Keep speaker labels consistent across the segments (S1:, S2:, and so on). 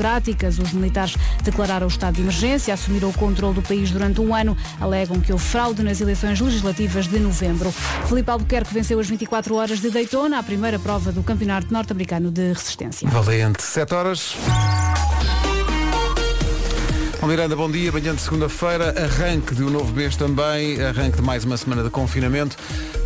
S1: democráticas. Os militares declararam o estado de emergência, assumiram o controle do país durante um ano, alegam que houve fraude nas eleições legislativas de novembro. Felipe Albuquerque venceu as 24 horas de Daytona, a primeira prova do Campeonato Norte-Americano de Resistência.
S2: Valente, 7 horas. Bom, Miranda, bom dia. Manhã de segunda-feira, arranque de um novo mês também, arranque de mais uma semana de confinamento.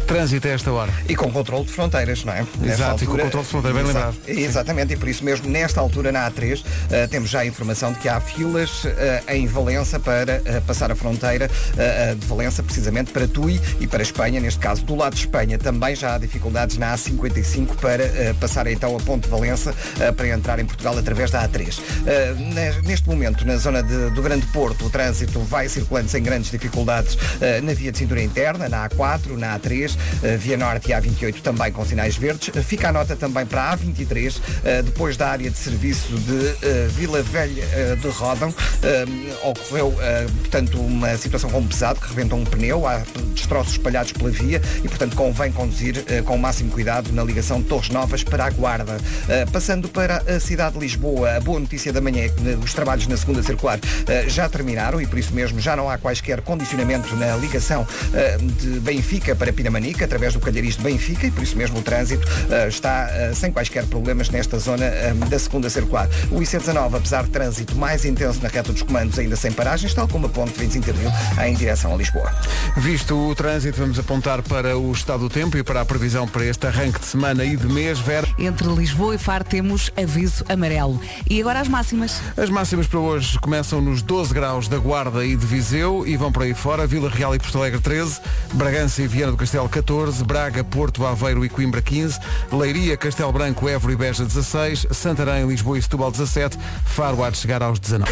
S2: Trânsito a esta hora.
S3: E com controle de fronteiras, não é?
S2: Exato, e com controle de fronteiras, bem
S3: Exa-
S2: lembrado.
S3: Exatamente, e por isso mesmo, nesta altura na A3, eh, temos já a informação de que há filas eh, em Valença para eh, passar a fronteira eh, eh, de Valença, precisamente para Tui e para Espanha, neste caso do lado de Espanha. Também já há dificuldades na A55 para eh, passar então a Ponte de Valença eh, para entrar em Portugal através da A3. Eh, nes- neste momento, na zona de- do Grande Porto, o trânsito vai circulando sem grandes dificuldades eh, na via de cintura interna, na A4, na A3, eh, via norte e A28 também com sinais verdes. Eh, Fica a nota também para a A23, eh, depois da área de serviço de eh, Vila Velha eh, de Rodão, eh, ocorreu, eh, portanto, uma situação com pesado que rebentou um pneu, há destroços espalhados pela via e, portanto, convém conduzir eh, com o máximo cuidado na ligação de Torres Novas para a Guarda. Eh, Passando para a cidade de Lisboa, a boa notícia da manhã é que eh, os trabalhos na segunda circular eh, já terminaram e, por isso mesmo, já não há quaisquer condicionamento na ligação eh, de Benfica para Pinamanica, através do Calhariz de Benfica e, por isso mesmo, o trânsito eh, está eh, sem quaisquer problemas nesta zona eh, da segunda circular. O IC19, apesar de trânsito mais intenso na reta dos comandos, ainda sem paragens, tal como a ponte 25 de Abril, em direção a Lisboa.
S2: Visto o trânsito, vamos apontar para o estado do tempo e para a previsão para este arranque de semana e de mês, Vera.
S4: Entre Lisboa e Faro temos aviso amarelo. E agora as máximas.
S2: As máximas para hoje começam nos 12 graus da Guarda e de Viseu e vão para aí fora. Vila Real e Porto Alegre 13, Bragança e Viana do Castelo 14, Braga, Porto, Aveiro e Coimbra 15, Leiria, Castelo Branco, Évora e Beja 16, Santarém, Lisboa e Setúbal 17, Faro há de chegar aos 19.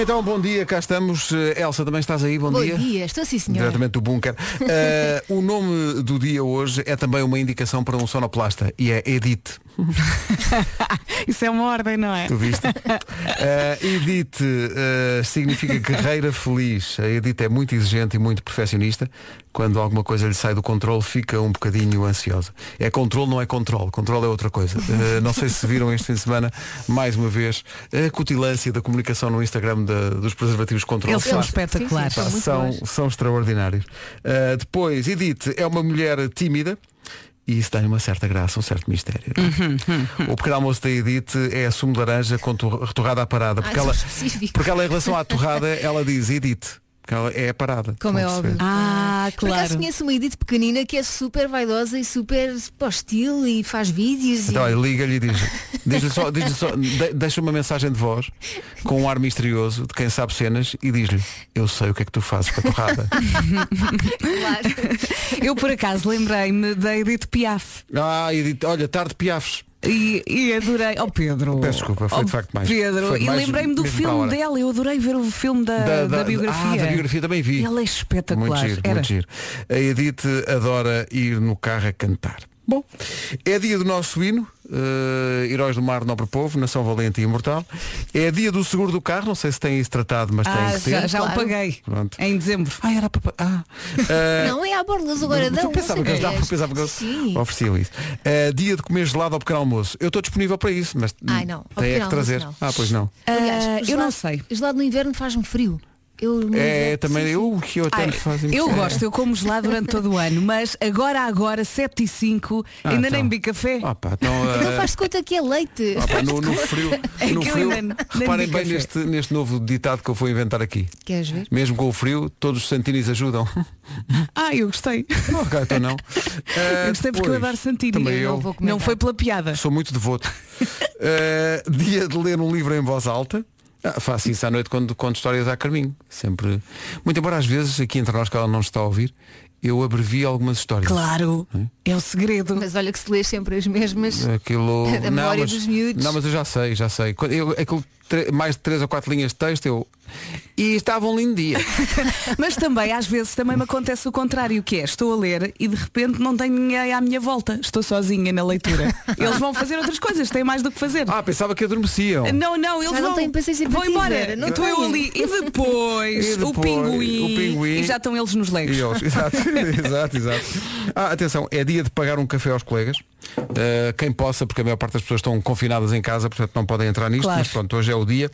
S2: Então, bom dia, cá estamos. Eh, Elsa, também estás aí? Bom,
S5: Bom dia, estou sim senhora.
S2: Diretamente do bunker. Eh, o nome do dia hoje é também uma indicação para um sonoplasta e é Edith.
S4: Isso é uma ordem, não é?
S2: Tu viste? Eh, Edith eh, significa guerreira feliz. A Edith é muito exigente e muito perfeccionista. Quando alguma coisa lhe sai do controle, fica um bocadinho ansiosa. É controle, não é controle. Controle é outra coisa. Eh, não sei se viram este fim de semana, mais uma vez, a cutilância da comunicação no Instagram da- dos preservativos controle.
S4: Eles são
S2: Pá,
S4: espetaculares.
S5: Sim, sim,
S2: Pá,
S5: muito
S2: são,
S5: bons.
S2: são extraordinários. Uh, depois, Edith é uma mulher tímida. E isso tem uma certa graça, um certo mistério. não é? O pequeno almoço da Edith é sumo de laranja com tor- torrada à parada. Porque,
S5: Ai,
S2: ela,
S5: tão específico.
S2: porque ela, em relação à torrada, ela diz Edith. Porque ela é a parada.
S5: Como é
S2: estão a perceber?
S5: óbvio.
S4: Ah,
S5: Por acaso
S4: claro.
S5: conheço uma Edith pequenina que é super vaidosa e super postil e faz vídeos
S2: Então,
S5: e...
S2: olha, liga-lhe e diz diz-lhe só, diz só de- deixa uma mensagem de voz com um ar misterioso de quem sabe cenas e diz-lhe, eu sei o que é que tu fazes com a torrada.
S5: Claro.
S4: Eu por acaso lembrei-me da Edith Piaf.
S2: ah, Edith, olha, tarde piafes.
S4: E, e adorei. Oh Pedro.
S2: Peço desculpa, foi
S4: Oh,
S2: de facto mais.
S4: Pedro,
S2: Foi
S4: e
S2: mais
S4: lembrei-me do
S2: mesmo para a
S4: filme
S2: hora.
S4: dela. Eu adorei ver o filme da, da, biografia.
S2: Ah, da biografia também vi.
S4: Ela é espetacular.
S2: Muito giro,
S4: Era.
S2: muito giro. A Edith adora ir no carro a cantar. Bom, é dia do nosso hino, eh, Heróis do Mar, Nobre Povo, Nação Valente e Imortal. É dia do seguro do carro, não sei se tem isso tratado, mas
S4: Ah,
S2: tem que ter.
S4: já, já o
S5: Claro.
S4: paguei.
S2: Pronto.
S4: Em dezembro.
S2: Ah, era para... Ah. Eh,
S5: Não é à borlas agora
S2: eu
S5: não.
S2: pensava
S5: não
S2: que eles
S5: sabias?
S2: davam, pensava que eles
S5: Sim.
S2: ofereciam isso. Eh, dia de comer gelado ao pequeno almoço. Eu estou disponível para isso, mas
S5: Ai, não. Ao
S2: tem é
S5: pequeno
S2: que
S5: almoço,
S2: trazer.
S5: não.
S2: Ah, pois não.
S5: Aliás,
S4: Ah, eu
S5: gelado-
S4: não sei.
S5: Gelado no inverno faz-me frio. Eu
S2: É,
S5: no inverno-
S2: também
S5: sim,
S2: eu que eu até me faz
S4: Eu
S2: impressão.
S4: gosto, eu como gelado durante todo o ano, mas agora, agora, 7 e 5,
S2: Ah,
S4: ainda
S2: então.
S4: nem bebi café.
S2: Ah, pá, então,
S5: sim.
S2: eh,
S5: Não faz de conta que é leite.
S2: Ah, pá, no, no frio,
S4: É
S2: no
S4: que eu
S2: frio
S4: ainda nem
S2: reparem
S4: vi
S2: bem
S4: café.
S2: neste, neste novo ditado que eu vou inventar aqui.
S5: Queres ver?
S2: Mesmo com o frio, todos os santinis ajudam.
S4: Ah, eu gostei.
S2: Não, cá então não. Ah,
S4: eu gostei porque eu
S2: depois,
S4: adoro Santini.
S2: Também
S4: não é,
S2: eu.
S5: vou
S4: Não foi pela piada.
S2: Sou muito devoto. Ah, dia de ler um livro em voz alta. Ah, faço isso à noite quando conto histórias à Carminho. Sempre. Muito embora às vezes, aqui entre nós que ela não está a ouvir, eu abrevio algumas histórias.
S4: Claro,
S2: Hum?
S4: é o segredo.
S5: Mas olha que se lês sempre as mesmas.
S2: É. Aquilo.
S5: A memória
S2: mas,
S5: dos miúdos.
S2: Não, mas eu já sei, já sei. Quando Eu, aquilo, tre- mais de três ou quatro linhas de texto, eu. E estava um lindo dia.
S4: Mas também, às vezes, também me acontece o contrário, que é, estou a ler e de repente não tenho ninguém à minha volta. Estou sozinha na leitura. Eles vão fazer outras coisas, têm mais do que fazer.
S2: Ah, pensava que adormeciam.
S4: Não, não, eles
S5: Já não
S4: vão,
S5: têm paciência
S4: vão
S5: para ti,
S4: embora.
S5: Vera, não
S4: e estou eu
S5: têm.
S4: ali. E depois,
S2: E
S4: o,
S2: depois,
S4: pinguim,
S2: o pinguim.
S4: E já estão eles nos
S2: E
S4: legos.
S2: eles, exato, exato, exato. Ah, atenção, é dia de pagar um café aos colegas. Uh, quem possa, porque a maior parte das pessoas estão confinadas em casa, portanto não podem entrar nisto,
S4: Claro.
S2: mas pronto, hoje é o dia.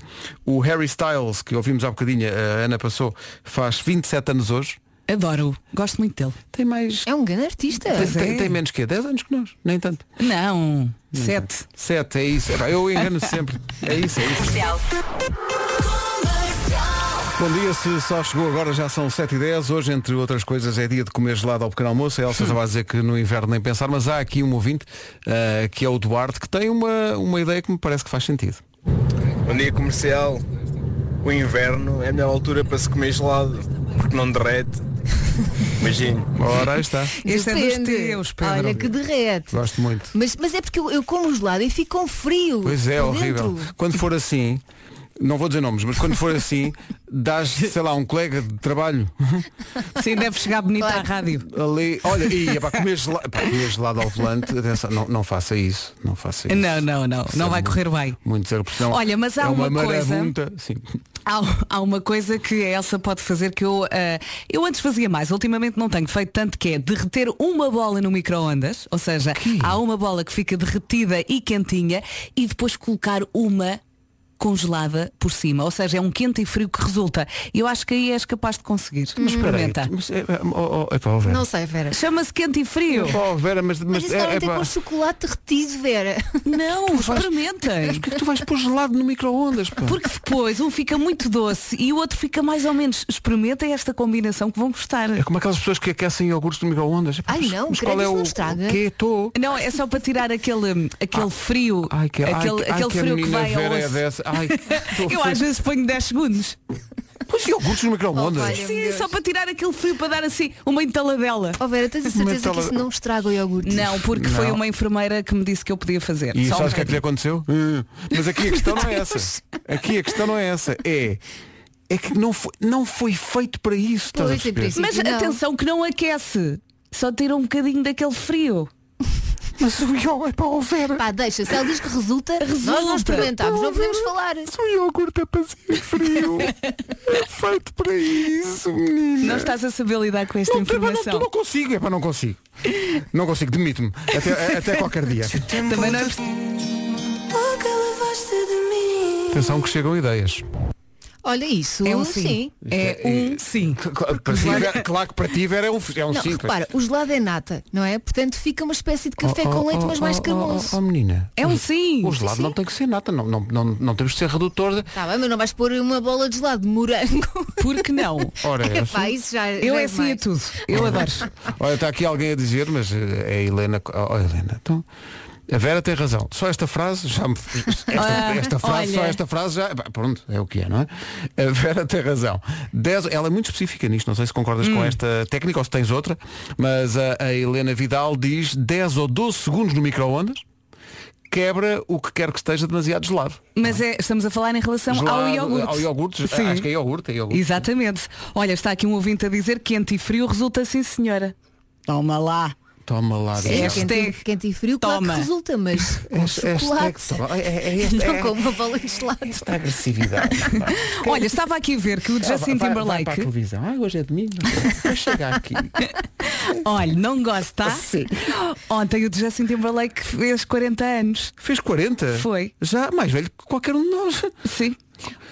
S2: O Harry Styles, que ouvimos há bocadinho, a Ana passou, faz 27 anos hoje.
S4: Adoro, gosto muito dele.
S2: Tem mais.
S5: É um grande artista.
S2: Tem,
S4: Pois
S2: tem-
S4: é.
S2: tem menos que 10 anos que nós, nem tanto.
S4: Não, sete.
S2: Sete, é isso. Epá, Eu engano sempre. É isso, é isso. Bom dia, se só chegou agora já são 7h10. Hoje, entre outras coisas, é dia de comer gelado ao pequeno almoço. A
S5: Hum.
S2: Elsa já vai dizer que no inverno nem pensar, mas há aqui um ouvinte, ah, que é o Duarte, que tem uma, uma ideia que me parece que faz sentido.
S6: Bom Um dia comercial. O inverno é a melhor altura para se comer gelado, porque não derrete. Imagino.
S2: Ora, aí está.
S4: Este é dos
S5: Depende.
S4: teus, Pedro.
S5: Olha que derrete.
S2: Gosto muito.
S5: Mas, mas é porque eu, eu como gelado e fico com frio.
S2: Pois é,
S5: por
S2: horrível.
S5: dentro.
S2: Quando for assim, não vou dizer nomes, mas quando for assim, dás, sei lá, um colega de trabalho
S4: Sim, deve chegar bonito à rádio.
S2: ali. Olha, ia para comer gelado, pá, comer gelado ao volante, atenção, não, não faça isso. Não faça isso.
S4: Não, não, não. Não vai correr bem.
S2: Muito sério, porque senão
S4: Olha, mas há
S2: é uma,
S4: uma coisa-
S2: marabunta. Sim.
S4: Há, um, há uma coisa que a Elsa pode fazer que eu, ah, eu antes fazia mais, ultimamente não tenho feito tanto que é derreter uma bola no micro-ondas, ou seja, há uma bola que fica derretida e quentinha e depois colocar uma congelada por cima, ou seja, é um quente e frio que resulta. Eu acho que aí és capaz de conseguir. Experimenta.
S2: Mas é, é, oh, oh, epá, oh, Vera.
S5: Não sei, Vera.
S4: Chama-se quente e frio.
S2: Oh, Vera, mas, mas,
S5: Mas isso
S2: é, é,
S5: normalmente é
S2: pá,
S5: com chocolate derretido, Vera.
S4: Não, experimentem.
S2: porque é que tu vais pôr gelado no micro-ondas? pá?
S4: Porque depois um fica muito doce e o outro fica mais ou menos. Experimentem esta combinação que vão gostar.
S2: É como aquelas pessoas que aquecem iogurtes no micro-ondas. Epá,
S5: Ai,
S2: mas-
S5: não,
S2: mas
S5: credo,
S2: qual é
S5: isso
S2: o
S5: não estraga.
S2: Que tô.
S4: Não, é só para tirar aquele, aquele frio,
S2: Ah. Ai, que, ai,
S4: aquele,
S2: que- ai,
S4: aquele
S2: que a
S4: frio que
S2: menina
S4: vai ao
S2: Vera é
S4: osso.
S2: dessa. Ai, tô
S4: Eu às
S2: feito.
S4: vezes ponho 10 segundos.
S2: Pôs iogurtes no
S5: Oh,
S2: micro-ondas.
S5: olha.
S4: Sim,
S5: Deus.
S4: só para tirar aquele frio, para dar assim uma entaladela.
S5: Oh Vera, tens a certeza
S2: Metala-
S5: que isso não estraga o iogurte?
S4: Não, porque foi
S2: Não.
S4: uma enfermeira que me disse que eu podia fazer.
S2: E
S4: Só
S2: sabes
S4: um
S2: o que é que lhe aconteceu? Hum. Mas aqui a questão não é essa. Aqui a questão não é essa. É, é que não foi, não foi feito para isso. estás a
S5: Pois, é em
S2: perceber?
S5: princípio.
S4: Mas
S5: Não.
S4: atenção que não aquece. Só tira um bocadinho daquele frio.
S2: Mas o iogurte é para o Vera.
S5: Pá, deixa, se ela diz que resulta, nós
S4: Resulta.
S5: não experimentámos, Tá, não podemos falar.
S2: Mas o iogurte é para ser frio. é feito para isso, menina.
S4: Não estás a saber lidar com esta
S2: Não, pá, não, tu
S4: informação.
S2: não consigo, é para não consigo. Não consigo, demite-me. Até, até qualquer dia.
S4: Também
S5: Um
S4: não é
S2: Atenção que chegam ideias.
S5: Olha isso,
S4: É um sim.
S5: sim.
S4: É um sim.
S2: Claro, para ti, Vera- claro que para ti Vera é um, é um
S5: Não,
S2: cinco.
S5: repara, o gelado é nata, não é? Portanto fica uma espécie de café com leite, mas mais
S2: Oh,
S5: cremoso.
S2: menina.
S4: É um sim.
S2: O gelado não tem que ser nata, não, não, não, não temos que ser redutor. de-
S5: Tá bem, mas não vais pôr uma bola de gelado de morango.
S4: Porque não?
S2: Ora, é assim
S5: Epá, isso já,
S4: Eu
S5: já
S4: é sim a
S5: demais.
S4: tudo. Eu adoro.
S2: Olha, está aqui alguém a dizer, mas eh, é a Helena. Oh, Helena, então. A Vera tem razão. Só esta frase já me. Esta,
S4: Ah,
S2: esta frase, só
S4: olha.
S2: esta frase já. pá, Pronto, é o que é, não é? A Vera tem razão. Dez, ela é muito específica nisto, não sei se concordas
S4: Hum.
S2: com esta técnica ou se tens outra, mas a, a Helena Vidal diz 10 ou 12 segundos no micro-ondas quebra o que quer que esteja demasiado gelado.
S4: Mas é, estamos a falar em relação ao
S2: Gelado,
S4: iogurte.
S2: Ao iogurte,
S4: Sim.
S2: acho que é iogurte, é iogurte.
S4: Exatamente. Olha, está aqui um ouvinte a dizer quente e frio resulta sim, senhora. Toma lá.
S2: Toma lá,
S5: É
S2: Vera.
S4: Hashtag
S5: quente, e- quente e frio, claro
S4: toma.
S5: que resulta, mas com chocolate.
S2: toma. É- é- é- é-
S5: Não com uma bola de gelado.
S2: Esta agressividade. pá.
S4: Olha, estava aqui a ver que o Justin
S2: Vai- vai- vai para a
S4: Timberlake,
S2: televisão. Ah, hoje é domingo. Vai chegar aqui.
S4: olha, não gosta.
S2: Sim.
S4: Ontem o Justin Timberlake fez 40 anos.
S2: Fez 40?
S4: Foi.
S2: Já mais velho que qualquer um de nós.
S4: Sim.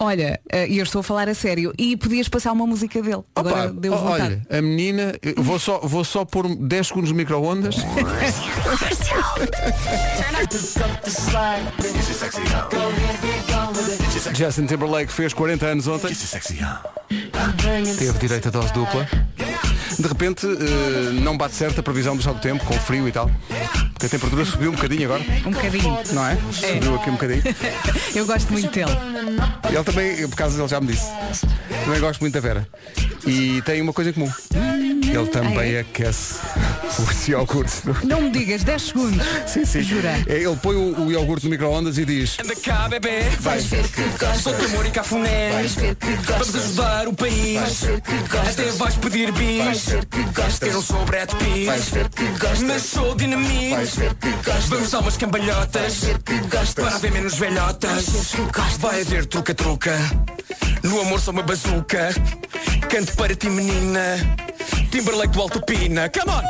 S4: Olha, eh, e eu estou a falar a sério. E podias passar uma música dele. Agora
S2: Opa,
S4: deu
S2: ó,
S4: vontade.
S2: olha, a menina, eu vou só, vou só pôr 10 segundos no micro-ondas. Justin Timberlake fez 40 anos ontem. Teve direito a dose dupla. De repente, eh, não bate certo a previsão do estado do tempo, com frio e tal. Porque a temperatura subiu um bocadinho agora,
S4: Um bocadinho.
S2: não é? Subiu aqui um bocadinho.
S4: Eu gosto muito dele.
S2: Ele também, eu, por causa dele já me disse. Também gosto muito da Vera. E tem uma coisa em comum. Ele também
S4: Ah, é?
S2: aquece os iogurtes. no-
S4: Não me digas 10 segundos.
S2: Sim, sim.
S4: Jura?
S2: É, Ele põe o, o iogurte no micro-ondas e diz.
S7: Anda cá, bebê. Vais ver que gostas. Sou amor e cafuné. Vais ver que gostas. Vamos ajudar o país. Vais ver que gostas. Até vais pedir bis. Vais ver que gostas. Eu não sou Brad Pitt. Vais ver que gostas. Mas sou dinamite. Vais ver que gostas. Vamos dar umas cambalhotas. Vais ver que gostas. Para haver menos velhotas. Vais ver que gostas. Vai haver truca-truca. No amor sou uma bazuca. Canto para ti, menina. Timberlake do Alto Pina. Come on!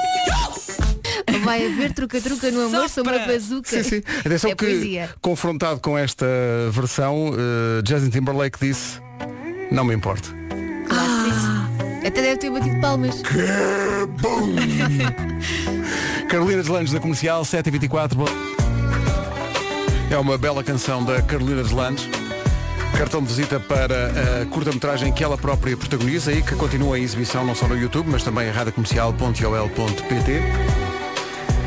S7: Yo!
S5: Vai haver truca-truca no amor sobre uma bazuca.
S2: Sim, sim. Atenção
S5: é
S2: que,
S5: poesia.
S2: confrontado com esta versão, eh, Justin Timberlake disse, não me importo.
S5: Claro, isso. Até deve ter batido palmas.
S2: Carolina de Landes da Comercial, 7h24. Bom- É uma bela canção da Carolina de Landes. Cartão de visita para a curta-metragem que ela própria protagoniza e que continua em exibição não só no YouTube, mas também em radiocomercial.ol.pt.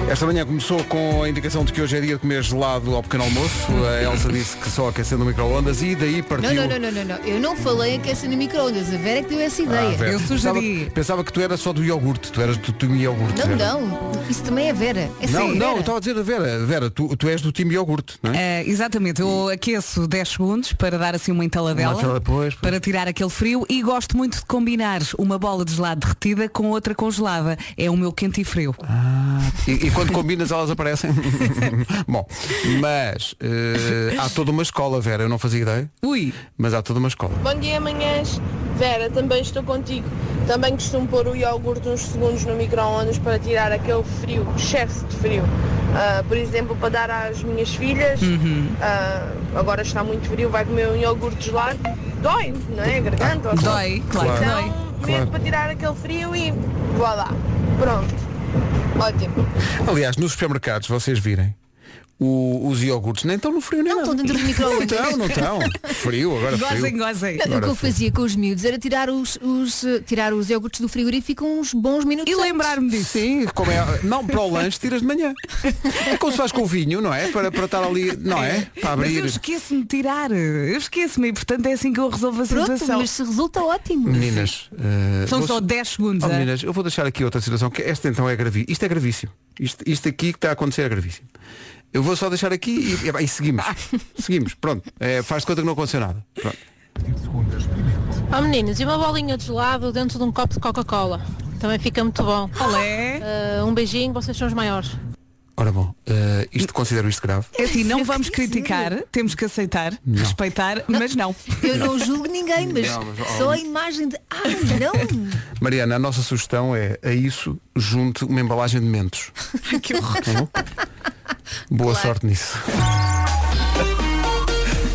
S2: Esta manhã começou com a indicação de que hoje é dia de comer gelado ao pequeno almoço. A Elsa disse que só aquecendo o micro-ondas e daí partiu...
S5: Não, não, não, não, não, não. Eu não falei aquecer no micro-ondas. A Vera é que deu essa
S2: Ah,
S5: ideia.
S2: Vera,
S4: Eu sugeri.
S2: Pensava, pensava que tu eras só do iogurte, tu eras do time iogurte.
S5: não,
S2: Vera.
S5: não. Isso também é Vera. É
S2: Não, não, então-
S5: sim,
S2: eu
S5: Vera.
S2: estava a dizer a Vera, Vera, tu, tu és do time iogurte, não é?
S4: Eh, exatamente, eu aqueço 10 segundos para dar assim uma entaladela,
S2: Uma entalada, pois, pois.
S4: para tirar aquele frio e gosto muito de combinar uma bola de gelado derretida com outra congelada. É o meu quente e frio.
S2: Ah. E, e quando combinas elas aparecem. Bom, mas eh, há toda uma escola, Vera, eu não fazia ideia,
S4: Ui,
S2: mas há toda uma escola.
S8: Bom dia, manhãs. Vera, também estou contigo. Também costumo pôr o iogurte uns segundos no micro-ondas para tirar aquele frio, excesso de frio. Ah, por exemplo, para dar às minhas filhas, ah, agora está muito frio, vai comer um iogurte gelado, dói, não é? A Garganta. ou assim.
S4: dói, claro, que
S8: Então,
S4: dói.
S8: mesmo
S2: Claro.
S8: para tirar aquele frio e vá lá. Pronto. Ótimo.
S2: Aliás, nos supermercados, vocês virem, o- os iogurtes nem estão no frio nem
S5: Não
S2: nada.
S5: estão dentro do micro-ondas.
S2: Então, Não, não estão. Frio, agora
S4: Gozem,
S2: frio.
S4: gozem.
S5: Não, o que
S2: Agora
S5: eu
S2: foi.
S5: fazia com os miúdos era tirar os, os, eh, tirar os iogurtes do frigorífico uns bons minutos
S4: E
S5: antes.
S4: lembrar-me disso.
S2: Sim, como é, não para o lanche tiras de manhã. É como se faz com o vinho, não é? Para, para estar ali, não é? Para
S4: Mas eu
S2: abrir.
S4: esqueço-me de tirar, eu esqueço-me e portanto é assim que eu resolvo a
S5: Pronto,
S4: situação.
S5: mas se resulta ótimo.
S2: Meninas, eh,
S4: São
S2: vou-
S4: só 10 segundos.
S2: Oh,
S4: é?
S2: meninas, eu vou deixar aqui outra situação, que esta então é gravíssima. Isto é gravíssimo. Isto, isto aqui que está a acontecer é gravíssimo. Eu vou só deixar aqui e, e, e seguimos. seguimos, pronto. É, faz de conta que não aconteceu nada. Pronto.
S8: Oh meninos, e uma bolinha de gelado dentro de um copo de Coca-Cola. Também fica muito bom.
S4: Olé.
S8: um beijinho, vocês são os maiores.
S2: Ora bom, eh, isto considero isto grave.
S4: É assim, não vamos criticar, temos que aceitar, respeitar, mas não.
S5: Eu não julgo ninguém, mas,
S2: Não, mas, oh.
S5: só a imagem de. Ah, não!
S2: Mariana, a nossa sugestão é a isso junte uma embalagem de mentos. que horror. Boa sorte nisso.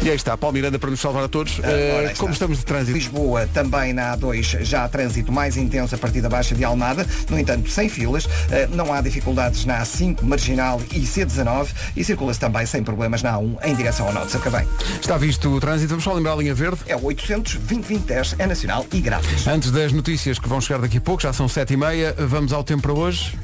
S2: E aí está, Paulo Miranda para nos salvar a todos. Eh,
S9: ora está.
S2: como estamos de trânsito?
S9: Lisboa, também na A2, já há trânsito mais intenso a partir da Baixa de Almada, no entanto, sem filas. Eh, Não há dificuldades na A5, Marginal e C19 e circula-se também sem problemas na A1 em direção ao Norte de Sacavém.
S2: Está visto o trânsito, vamos só lembrar a linha verde.
S9: É o 800 2010 é nacional e grátis.
S2: Antes das notícias que vão chegar daqui a pouco, já são 7h30, vamos ao tempo para hoje.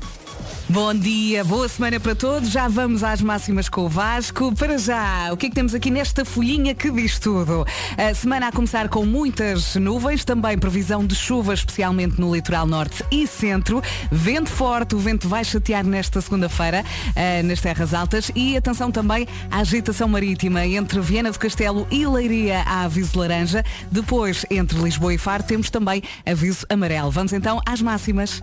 S4: Bom dia, boa semana para todos. Já vamos às máximas com o Vasco. Para já, o que é que temos aqui nesta folhinha que diz tudo? A semana a começar com muitas nuvens, também previsão de chuva, especialmente no litoral norte e centro. Vento forte, o vento vai chatear nesta segunda-feira eh, nas terras altas e atenção também à agitação marítima entre Viena do Castelo e Leiria há aviso laranja. Depois, entre Lisboa e Faro, temos também aviso amarelo. Vamos então às máximas.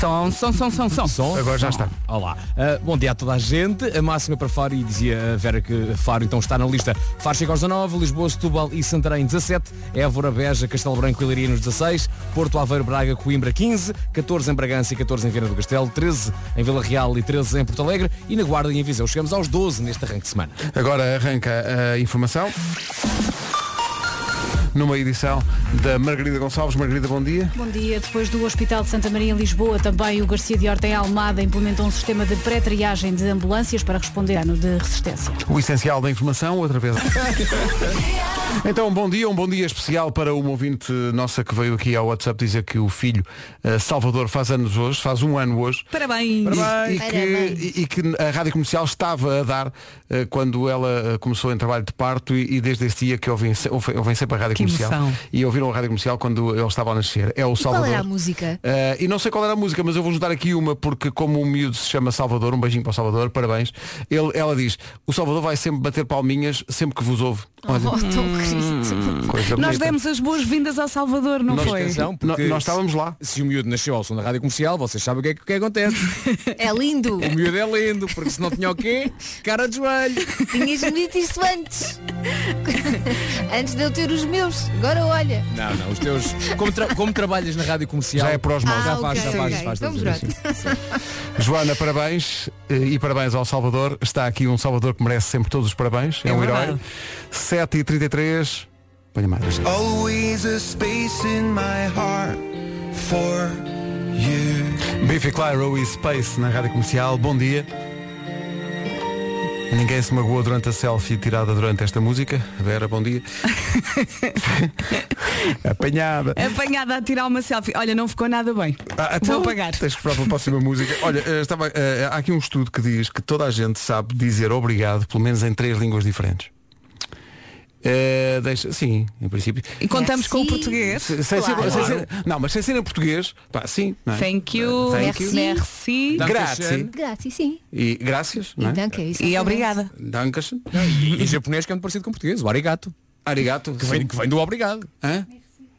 S4: Som, som, som, som, som.
S10: Som?
S2: Agora já
S10: Som.
S2: está.
S10: Olá. Ah, bom dia a toda a gente. A máxima para Faro, e dizia a Vera que Faro então está na lista. Faro chega aos 19, Lisboa, Setúbal e Santarém 17, Évora, Beja, Castelo Branco e Leiria nos 16, Porto Aveiro, Braga, Coimbra 15, 14 em Bragança e 14 em Viana do Castelo, 13 em Vila Real e 13 em Porto Alegre e na Guarda e em Viseu. Chegamos aos 12 neste arranque de semana.
S2: Agora arranca a informação. Numa edição da Margarida Gonçalves. Margarida, bom dia.
S1: Bom dia. Depois do Hospital de Santa Maria em Lisboa, também o Garcia de Horta em Almada implementou um sistema de pré-triagem de ambulâncias para responder ao ano de resistência.
S2: O essencial da informação, outra vez. Então, bom dia, um bom dia especial para uma ouvinte nossa que veio aqui ao WhatsApp dizer que o filho eh, Salvador faz anos hoje, faz um ano hoje.
S4: Parabéns.
S2: E,
S5: Parabéns.
S2: que, e- e que a rádio comercial estava a dar eh, quando ela eh, começou em trabalho de parto e, e desde esse dia que ouvem, se- ouvem, ouvem sempre a rádio
S4: Que
S2: comercial
S4: emoção.
S2: e ouviram a rádio comercial quando ele estava a nascer. É o
S5: E qual
S2: Salvador.
S5: era a música?
S2: Eh, e não sei qual era a música, mas eu vou juntar aqui uma porque como o miúdo se chama Salvador, um beijinho para o Salvador, parabéns. Ele- ela diz, o Salvador vai sempre bater palminhas sempre que vos ouve. Olha,
S5: Oh, tão querido.
S2: coisa
S4: Nós
S2: bonita.
S4: demos as boas-vindas ao Salvador, não
S2: Nós-
S4: foi?
S10: Atenção,
S2: No-
S10: porque
S2: nós estávamos lá.
S10: Se o miúdo nasceu ao som da rádio comercial, vocês sabem o que é que, o que é que acontece.
S5: É lindo.
S10: O miúdo é lindo, porque se não tinha o quê? Cara de joelho.
S5: Tinhas medido isso antes. Antes de eu ter os meus, agora olha.
S10: Não, não, os teus. Como, tra- como trabalhas na rádio comercial.
S2: Já é para os maus.
S5: Ah,
S10: Já faz,
S5: ok,
S10: já faz,
S5: ok.
S10: faz.
S5: Então
S10: todos os dias,
S5: pronto.
S2: Joana, parabéns eh, e parabéns ao Salvador. Está aqui um Salvador que merece sempre todos os parabéns. É,
S4: É
S2: um
S4: verdade.
S2: herói. 7h33. Ponha mais. Biffy Clyro e Space na Rádio Comercial. Bom dia. Ninguém se magoou durante a selfie tirada durante esta música. Vera, bom dia. Apanhada.
S4: Apanhada a tirar uma selfie. Olha, não ficou nada bem.
S2: Ah,
S4: Vou apagar.
S2: Tens que esperar para a próxima música. Olha, eh, estava, eh, há aqui um estudo que diz que toda a gente sabe dizer obrigado, pelo menos em três línguas diferentes. Eh, deixa, sim, em princípio.
S4: E é contamos com o
S5: Merci.
S4: português.
S2: Se- Sem
S5: Claro.
S2: ser, sem ser- não, mas sem ser em português, pá, sim. Não é?
S4: Thank you.
S2: Thank
S5: you.
S4: Merci.
S10: Danke
S2: Grazie.
S10: schön.
S5: Grátis, sim.
S2: E graças, não é?
S5: Então, que é isso?
S4: E obrigada.
S2: Dankeschön.
S10: E em japonês que é muito parecido com português, o arigato.
S2: Arigato.
S10: Que vem, que vem do obrigado.
S2: Hã?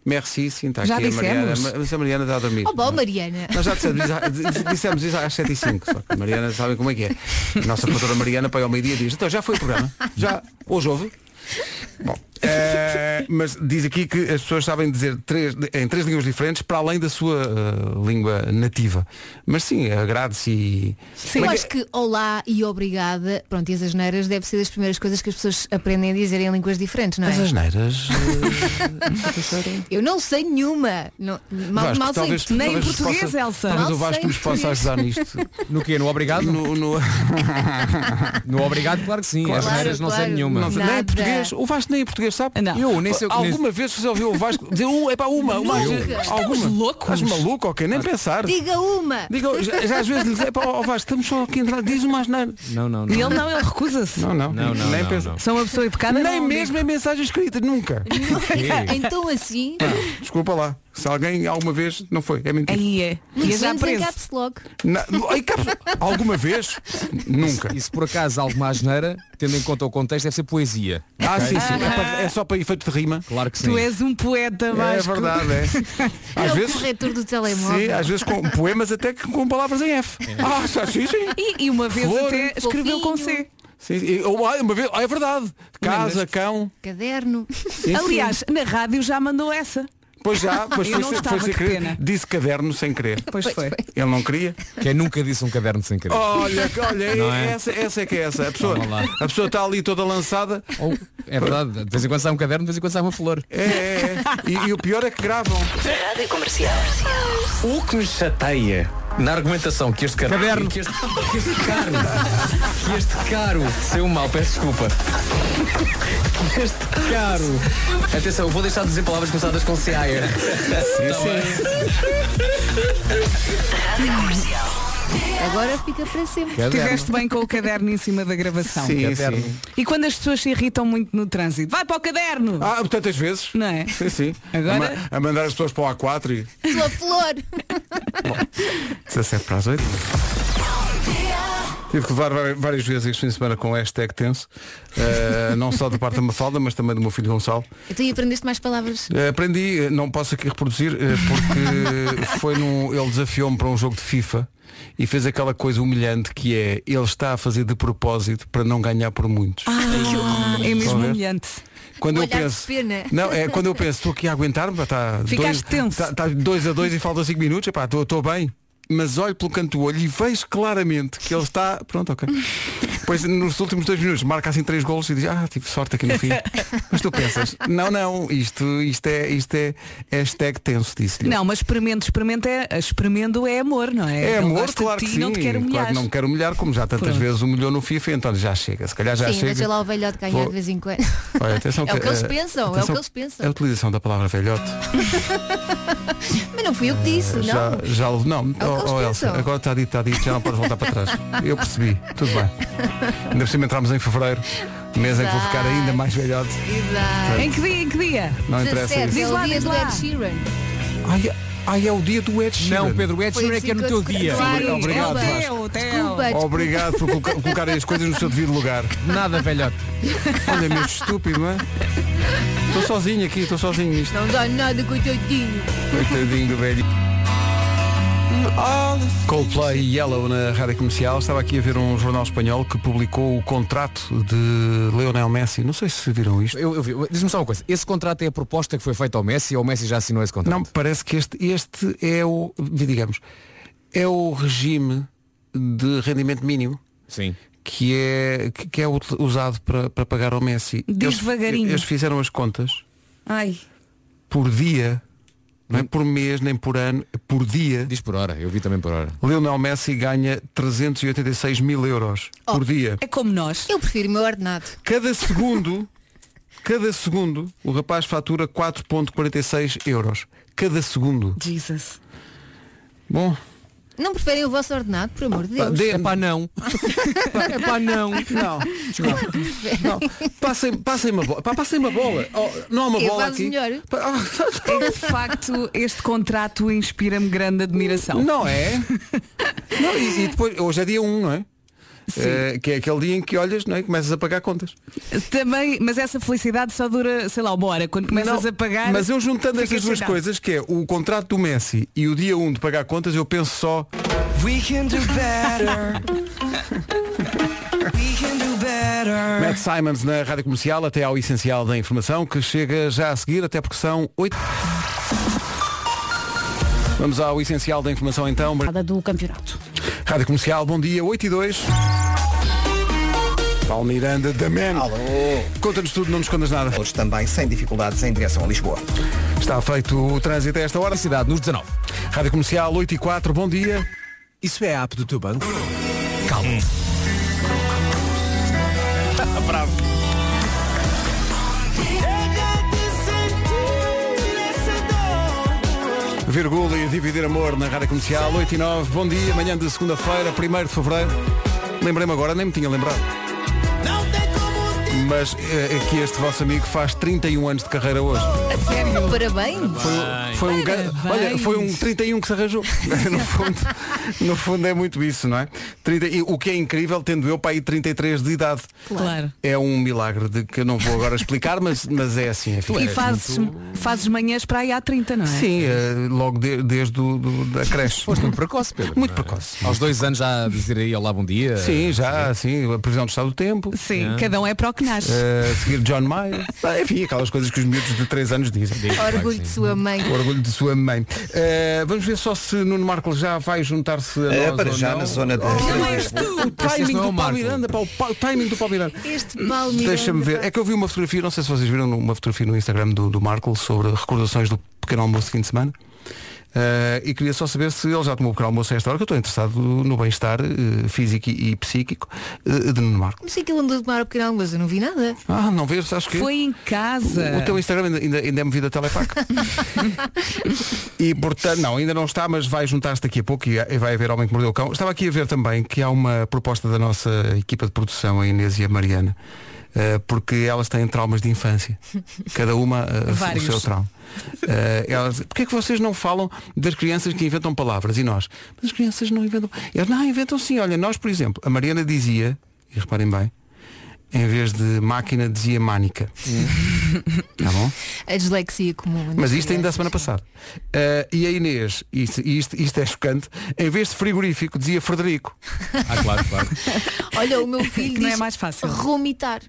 S2: Merci, sim, está
S4: Já
S2: aqui a Mariana.
S4: dissemos?
S2: Ma- Mas a Mariana está a dormir.
S5: Oh, bom, Mariana.
S2: Nós já dissemos, isso- dissemos isso às 7 e 5 Só que a Mariana sabe como é que é. A nossa produtora Mariana para ao meio-dia e diz, então já foi o programa? Já? Hoje houve? Bom, eh, mas diz aqui que as pessoas sabem dizer três, em três línguas diferentes para além da sua eh, língua nativa. Mas sim, agrade-se e.
S5: Eu
S2: Como é que-
S5: acho que olá e obrigada, pronto, e as asneiras deve ser das primeiras coisas que as pessoas aprendem a dizer em línguas diferentes, não é?
S2: As asneiras. eh,
S5: Eu não sei nenhuma. Não, mal
S2: Vasco,
S5: mal
S2: talvez-
S5: sei
S4: Nem em
S2: talvez nos
S4: português,
S2: possa-
S4: Elsa.
S2: Talvez
S5: Mal
S2: o Vasco
S5: sei
S2: nos possa
S5: português.
S2: ajudar nisto.
S10: No quê? No obrigado?
S2: No-
S10: No,
S2: no-
S10: obrigado, claro que sim.
S2: Claro,
S10: As maneiras não sei
S5: claro.
S10: nenhuma.
S5: Não sei.
S2: Nem em
S5: Nada.
S2: português. O Vasco nem em português, sabe?
S4: Não.
S10: Eu nem sei o que-
S2: Alguma vez você ouviu o Vasco dizer um, é para uma, uma
S5: Nunca.
S2: às vezes,
S5: Estamos
S2: alguma.
S4: loucos.
S2: Estás maluco, ok? Nem pensar.
S5: Diga uma!
S2: Diga, já, já às vezes é lhe dizer, ó "Oh, Vasco, estamos só aqui a entrar, diz uma asneira.
S10: Não, não, não.
S4: E ele não, ele recusa-se.
S2: Não, não,
S10: Não, não,
S2: nem
S10: não,
S2: pensar.
S10: não.
S4: Sou uma pessoa educada.
S2: Nem
S4: não-
S2: mesmo em mensagem escrita, nunca.
S5: Então assim,
S2: Desculpa lá. Se alguém alguma vez, não foi, é mentira.
S4: Aí é. E é
S5: muitos
S4: já
S5: anos em
S4: preso.
S5: caps lock.
S2: Na- ai, caps- alguma vez? Nunca.
S10: E se por acaso alguma asneira, tendo em conta o contexto, deve ser poesia.
S2: Ah, sim, sim. É, para- é só para efeito de rima.
S10: Claro que sim.
S4: Tu és um poeta,
S2: É
S4: Vasco.
S2: verdade, é. Às
S5: é o
S2: vezes.
S5: corretor do telemóvel.
S2: Sim, às vezes com poemas até que com palavras em F. Ah, sim, sim.
S4: E, e uma vez
S2: Flor,
S4: até escreveu com C.
S2: Sim, e- ou- ah, uma vez, ah, é verdade. Casa, cão.
S5: Caderno.
S4: Aliás, na rádio já mandou essa.
S2: Pois já, pois
S4: Eu
S2: foi, sem-
S4: não
S2: foi
S4: estava,
S2: sem
S4: que
S2: querer.
S4: pena.
S2: Disse caderno sem querer.
S4: Pois foi.
S2: Ele não queria.
S10: Quem nunca disse um caderno sem querer.
S2: Olha, olha,
S10: Não é?
S2: essa, essa é que é essa. A pessoa,
S10: Vamos lá.
S2: a pessoa está ali toda lançada.
S10: Ou, é verdade, de vez em quando sai um caderno, de vez em quando sai uma flor.
S2: É, é, é. E, e o pior é que gravam.
S11: Rádio Comercial.
S7: O que me chateia na argumentação que este caro.
S10: Caderno.
S7: Que este, que este caro. Que este caro. Seu mal, peço desculpa. Que este caro. Atenção, eu vou deixar de dizer palavras começadas com CAE. Tá
S5: Agora fica para sempre.
S4: Estiveste bem com o caderno em cima da gravação.
S2: Sim,
S10: caderno.
S2: sim.
S4: E quando as pessoas se irritam muito no trânsito, vai para o caderno!
S2: Ah, tantas vezes.
S4: Não é?
S2: Sim, sim.
S4: Agora-
S2: A, ma- a mandar as pessoas para o A4 e
S5: Sua flor.
S2: 17 para as 8. Tive que levar vari- várias vezes este fim de semana com hashtag tenso, eh, não só da parte da Mafalda, mas também do meu filho Gonçalo.
S5: Então e aprendeste mais palavras.
S2: Eh, aprendi, eh, não posso aqui reproduzir, eh, porque foi num. Ele desafiou-me para um jogo de FIFA e fez aquela coisa humilhante que é ele está a fazer de propósito para não ganhar por muitos.
S4: Ah, é mesmo
S2: Vamos ver?
S4: humilhante.
S2: quando
S5: Um
S2: eu
S5: olhar de
S2: penso.
S5: pena.
S2: Não, é quando eu penso, estou aqui a aguentar-me, tá está
S4: Ficaste tenso.
S2: Está, tá dois a dois e faltam cinco minutos, epá, estou, estou bem. Mas olho pelo canto do olho e vejo claramente que ele está. Pronto, ok. Pois nos últimos dois minutos marca assim três golos e diz, ah, tive sorte aqui no fim. Mas tu pensas, não, não, isto, isto é, isto é hashtag tenso, disse-lhe.
S4: Não, mas experimento, experimento é, experimento é amor, não é?
S2: É
S4: Ele
S2: amor,
S4: gosta de
S2: claro que
S4: ti,
S2: sim.
S4: Não te quer
S2: claro que
S4: humilhar.
S2: não me quero humilhar, como já tantas
S4: Pronto.
S2: vezes humilhou no FIFA, então já chega. Se calhar já
S5: Sim,
S2: chega.
S5: deixa lá o velhote ganhar
S2: Vou-
S5: de vez em quando.
S2: Olha, atenção
S5: É o que eles
S2: eh,
S5: pensam, é o que eles pensam.
S2: A utilização da palavra velhote.
S5: Mas não fui eu que disse,
S2: Eh, Já,
S5: não.
S2: já não,
S5: É o que
S2: oh, oh,
S5: eles
S2: Elsa,
S5: pensam.
S2: agora está dito, está dito, já não pode voltar para trás. Eu percebi, tudo bem. Ainda por cima entramos em fevereiro, mês em que vou ficar ainda mais velhote.
S5: Exato.
S4: Em que dia, em que dia?
S2: Não interessa
S5: 17
S2: isso.
S5: é
S4: Diz
S5: o
S4: lá,
S5: dia
S4: diz
S5: do
S4: lá.
S5: Ed Sheeran.
S2: Ai, ai, é o dia do Ed Sheeran.
S10: Não, Pedro, o Ed
S5: Foi
S10: Sheeran é que é no teu
S5: assim que eu-
S10: dia.
S5: Claro,
S2: Obrigado,
S5: desculpa.
S4: Vasco.
S5: Desculpa,
S2: Obrigado por coloca- colocarem as coisas no seu devido lugar.
S10: Nada, velhote.
S2: Olha, meu estúpido, não é? Estou sozinho aqui, estou sozinho nisto.
S5: Não dá nada, coitadinho.
S2: Coitadinho do velho. Coldplay e Yellow na rádio comercial. Estava aqui a ver um jornal espanhol que publicou o contrato de Leonel Messi. Não sei se viram isto.
S10: Eu, eu vi. Diz-me só uma coisa. Esse contrato é a proposta que foi feita ao Messi ou o Messi já assinou esse contrato?
S2: Não, parece que este, este é o, digamos, é o regime de rendimento mínimo
S10: Sim.
S2: que é, que que é ut- usado para, para pagar ao Messi.
S4: Diz
S2: Eles-
S4: devagarinho.
S2: Eles fizeram as contas
S4: Ai.
S2: por dia, não é
S4: Hum.
S2: por mês, nem por ano, é por dia.
S10: Diz por hora. Eu vi também por hora.
S2: Lionel Messi ganha 386 mil euros
S5: Oh.
S2: por dia.
S4: É como nós.
S5: Eu prefiro o meu ordenado.
S2: Cada segundo, cada segundo, o rapaz fatura 4.46 euros. Cada segundo.
S4: Jesus.
S2: Bom,
S5: Não preferem o vosso ordenado, por amor de
S2: pá,
S5: Deus.
S2: dê-
S10: É pá, não. é pá, não.
S2: Não, não. Passem, passem uma bola. Pá, passem uma bola. Oh, não há uma
S5: Eu
S2: bola
S5: faço
S2: aqui.
S5: melhor.
S2: Pá, ah,
S4: É De facto, este contrato inspira-me grande admiração.
S2: Não é? Não, e, e depois, hoje é dia 1, não é? Eh, que é aquele dia em que olhas não é? e começas a pagar contas.
S4: Também, mas essa felicidade só dura, sei lá, uma hora. Quando começas
S2: Não,
S4: a pagar.
S2: mas eu juntando estas
S4: ficas
S2: duas
S4: sem nada.
S2: coisas, que é o contrato do Messi e o dia 1 de pagar contas, eu penso só
S7: We can do better. We can do
S4: Ah.
S7: better.
S2: Matt Simons na Rádio Comercial até ao essencial da informação que chega já a seguir, até porque são 8. Vamos ao essencial da informação então.
S1: Nada do campeonato.
S2: Rádio Comercial, bom dia, 8 e 2. Paulo Miranda, da Man.
S9: Alô!
S2: Conta-nos tudo, não nos contas nada.
S9: Todos também sem dificuldades em direção a Lisboa.
S2: Está feito o trânsito a esta hora.
S10: Cidade nos 19.
S2: Rádio Comercial, 8 e 4, bom dia.
S7: Isso é a app do teu banco?
S2: Virgula e dividir amor na Rádio Comercial, 8 e 9, bom dia, manhã de segunda-feira, 1 de Fevereiro. Lembrei-me agora, nem me tinha lembrado. Mas eh, é que este vosso amigo faz 31 anos de carreira hoje.
S5: Parabéns.
S2: Foi um gan- Olha, foi um 31 que se arranjou. no, fundo, no fundo é muito isso, não é? 30 e O que é incrível, tendo eu para aí 33 de idade.
S4: Claro.
S2: É um milagre de que eu não vou agora explicar, mas, mas é assim. enfim.
S4: E fazes, fazes manhãs para aí há 30, não é?
S2: Sim, eh, logo de- desde o do, da creche.
S10: Foste muito precoce, Pedro.
S2: Muito precoce.
S10: Aos dois anos já dizer aí olá, bom dia.
S2: Sim, já, É, sim, a previsão do estado do tempo.
S4: Sim, cada um é para o que nasce.
S2: eh, a seguir John Mayer. Ah, Enfim, aquelas coisas que os miúdos de 3 anos dizem.
S5: Orgulho de sua mãe.
S2: O orgulho de sua mãe. Eh, vamos ver só se Nuno Marco já vai juntar-se a nós.
S9: Eh, para
S2: ou
S9: já
S2: não.
S9: na zona de.
S2: O
S10: Este
S2: timing
S10: não é o
S2: do Paulo
S10: Marco.
S2: Miranda, pá, o pa- o timing do Paulo Miranda.
S5: Este Paulo Miranda.
S2: Deixa-me ver. É que eu vi uma fotografia, não sei se vocês viram uma fotografia no Instagram do, do Marco sobre recordações do pequeno almoço de fim de semana. Eh, e queria só saber se ele já tomou o pequeno almoço a esta hora, que eu estou interessado no bem-estar eh, físico e, e psíquico eh, de Nuno Marco.
S5: Mas sei que ele andou a tomar o pequeno almoço, eu não vi nada.
S2: Ah, não vês? Acho que.
S4: Foi em casa.
S2: O teu Instagram ainda, ainda, ainda é movido a Telepac. e portanto, não, ainda não está, mas vai juntar-se daqui a pouco e e vai haver Homem que Mordeu o Cão. Estava aqui a ver também que há uma proposta da nossa equipa de produção, a Inês e a Mariana, eh, porque elas têm traumas de infância. Cada uma eh, o
S4: Vários.
S2: seu trauma. Eh, elas, porque é que vocês não falam das crianças que inventam palavras e nós? Mas as crianças não inventam. Eles não inventam sim. Olha, nós, por exemplo, a Mariana dizia, e reparem bem, em vez de máquina dizia mânica. Tá bom?
S5: A dislexia comum.
S2: Mas isto ainda a semana passada. Ah, e a Inês, isto, isto, isto é chocante, em vez de frigorífico dizia Frederico.
S10: Ah, claro, claro.
S5: Olha, o meu filho
S4: Que não é
S5: diz
S4: mais fácil.
S5: Romitar.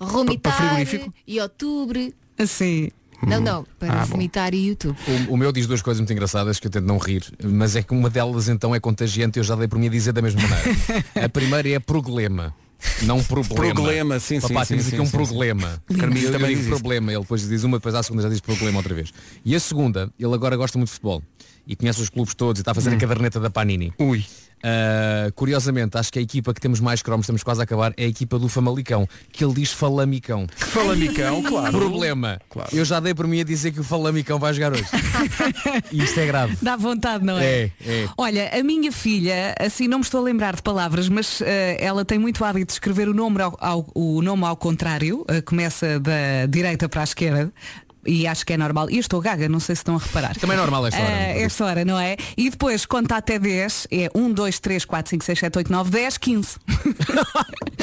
S5: Romitar
S2: frigorífico?
S5: e outubro.
S4: Sim.
S5: Não, não, para
S2: Ah, bom.
S5: vomitar e YouTube.
S10: O, o meu diz duas coisas muito engraçadas que eu tento não rir, mas é que uma delas então é contagiante e eu já dei por mim a dizer da mesma maneira. A primeira é problema. Não problema.
S2: Proglema, sim, sim,
S10: Papá,
S2: sim,
S10: temos
S2: sim,
S10: aqui um
S2: sim,
S10: problema.
S2: Carminho
S10: eu, eu
S2: também
S10: digo
S2: diz isso.
S10: problema, ele depois diz uma, depois à segunda já diz problema outra vez. E a segunda, ele agora gosta muito de futebol e conhece os clubes todos e está a
S2: Hum.
S10: fazer a caderneta da Panini.
S2: Ui.
S10: Uh, curiosamente, acho que a equipa que temos mais cromos, estamos quase a acabar, é a equipa do Famalicão, que ele diz Falamicão.
S2: Falamicão, claro.
S10: Problema.
S2: Claro.
S10: Eu já dei por mim a dizer que o Falamicão vai jogar hoje. e isto é grave.
S4: Dá vontade, não é?
S10: É, é.
S4: Olha, a minha filha, assim não me estou a lembrar de palavras, mas eh, ela tem muito hábito de escrever o nome ao, ao- o nome ao contrário, eh, começa da direita para a esquerda. E acho que é normal. E eu estou gaga, não sei se estão a reparar.
S10: Também é normal esta hora.
S4: Ah, esta hora, não é? E depois conta até 10, é 1, 2, 3, 4, 5, 6, 7, 8, 9, 10, 15.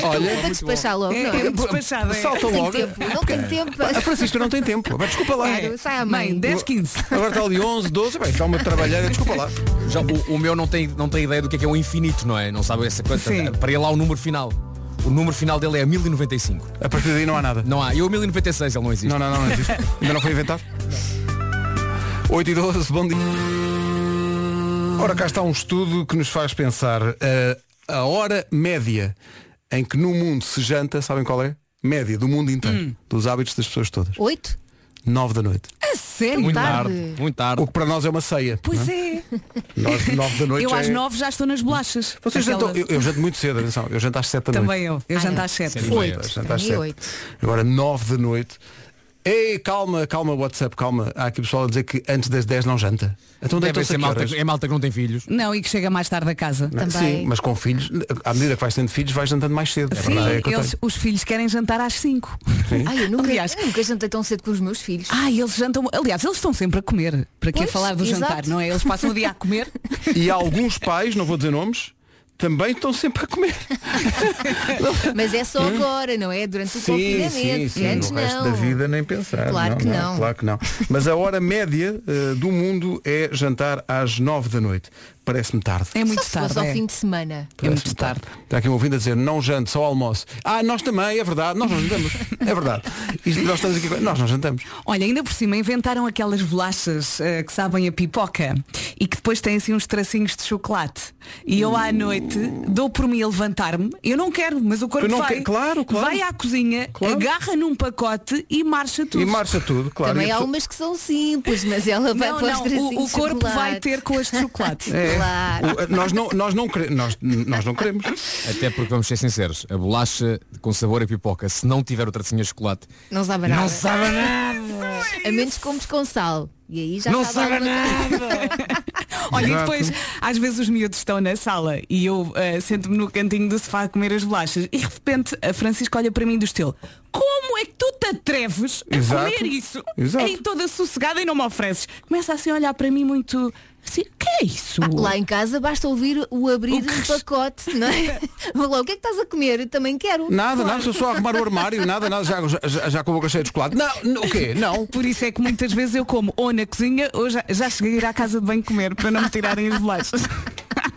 S5: Olha, é para despachar logo.
S4: É,
S5: não
S4: é muito despachada. é.
S2: Salta
S5: Tem
S2: logo.
S5: tempo, É. não tem tempo.
S2: A Francisca não tem tempo. Mas desculpa lá.
S5: Claro, sai à
S4: É. Mãe,
S5: mãe.
S4: 10, 15.
S2: Agora está ali 11, 12. Bem, está uma trabalhada. Desculpa lá.
S10: Já o, o meu não tem, não tem ideia do que é que é um infinito, não é? Não sabe essa coisa.
S4: Sim.
S10: Para ele lá o número final. O número final dele é 1095.
S2: A partir daí não há nada.
S10: Não há. E o 1096 ele não existe.
S2: Não, não, não, não existe. Ainda não foi inventado? 8 e 12, bom dia. Ora, cá está um estudo que nos faz pensar. eh, a hora média em que no mundo se janta, sabem qual é? Média do mundo inteiro,
S4: Hum.
S2: dos hábitos das pessoas todas.
S5: Oito?
S2: 9 da noite.
S4: A sério?
S10: Muito
S5: tarde.
S10: tarde. Muito tarde.
S2: O que para nós é uma ceia.
S4: É Pois é.
S2: Nós, 9 da noite.
S4: Eu
S2: já
S4: às
S2: é-
S4: 9 já estou nas bolachas.
S2: Vocês jantam-
S4: Aquelas-
S2: eu, eu janto muito cedo, atenção. Eu janto às 7 da noite.
S4: Também eu. Eu
S5: Ah,
S4: janto
S5: não.
S4: às 7.
S10: Sim.
S2: Oito,
S10: Oito.
S2: janto às
S5: Para mim,
S2: sete.
S5: oito.
S2: Agora 9 da noite. Ei, calma, calma, WhatsApp, calma. Há aqui pessoal a dizer que antes das 10 não janta. Então
S10: Deve
S2: deitam-se
S10: ser
S2: a que
S10: malta,
S2: horas?
S10: é malta que não tem filhos.
S4: Não, e que chega mais tarde a casa.
S2: Não, é?
S5: Também.
S2: Sim, mas com filhos, à medida que vais tendo filhos, vais jantando mais cedo.
S4: Sim,
S2: É verdade, que eu
S4: eles- os filhos querem jantar às 5.
S5: Ai, eu nunca,
S4: Aliás-
S5: eu nunca jantei tão cedo com os meus filhos.
S4: Ah, eles jantam. Aliás, eles estão sempre a comer. Para que
S5: Pois,
S4: falar do
S5: exato.
S4: jantar, não é? Eles passam o dia a comer.
S2: tenho. E há alguns pais, não vou dizer nomes, também estão sempre a comer.
S5: Mas é só agora, não é? Durante o confinamento. Antes
S2: No resto
S5: não.
S2: da vida nem pensar.
S5: Claro que não.
S2: Claro que não. Mas a hora média eh, do mundo é jantar às 9 da noite. Parece-me tarde.
S4: É muito
S5: Só se
S4: tarde.
S5: fosse ao
S4: É.
S5: fim de semana.
S4: É muito tarde.
S2: Está aqui um ouvinte a dizer, não jante, só almoço. Ah, nós também, é verdade, nós não jantamos. É verdade. Isto, nós estamos aqui, com- nós não jantamos.
S4: Olha, ainda por cima inventaram aquelas bolachas eh, que sabem a pipoca e que depois têm assim uns tracinhos de chocolate. E eu à noite dou por mim a levantar-me. Eu não quero, mas o corpo
S2: Tu não
S4: vai.
S2: quer- claro, claro.
S4: Vai à cozinha,
S2: Claro.
S4: agarra num pacote e marcha tudo.
S2: E marcha tudo, claro.
S5: Também
S2: E a
S5: há
S2: pessoa-
S5: umas que são simples, mas ela vai
S4: não,
S5: para
S4: não,
S5: os tracinhos
S4: o, o
S5: de
S4: corpo
S5: chocolate.
S4: vai ter com este chocolate.
S2: É.
S5: Claro.
S2: O- Nós não, nós, não quere- nós, nós não queremos.
S10: Até porque vamos ser sinceros, a bolacha com sabor a pipoca, se não tiver o tracinho de chocolate,
S5: Não sabe nada.
S10: não sabe nada.
S5: A menos que comes com sal. E aí já
S10: Não
S5: sabe
S10: sabe
S5: alguma coisa.
S4: Olha, e
S2: Exato.
S4: depois, às vezes os miúdos estão na sala e eu eh, sento-me no cantinho do sofá a comer as bolachas e de repente a Francisca olha para mim do estilo Como é que tu te atreves a
S2: Exato.
S4: comer isso?
S2: Exato.
S4: Aí toda sossegada e não me ofereces. Começa assim a olhar para mim muito assim, que é isso?
S5: Ah, Lá em casa basta ouvir o abrir
S4: O que-
S5: um pacote, não é? Vou lá, o que é que estás a comer? Eu também quero.
S2: Nada, nada, estou só a arrumar o armário, nada, nada, já, já, já com a boca cheia de chocolate. Não, n- o quê? Não.
S4: Por isso é que muitas vezes eu como ou na cozinha ou já, já cheguei a ir à casa de banho comer para não me tirarem as bolachas.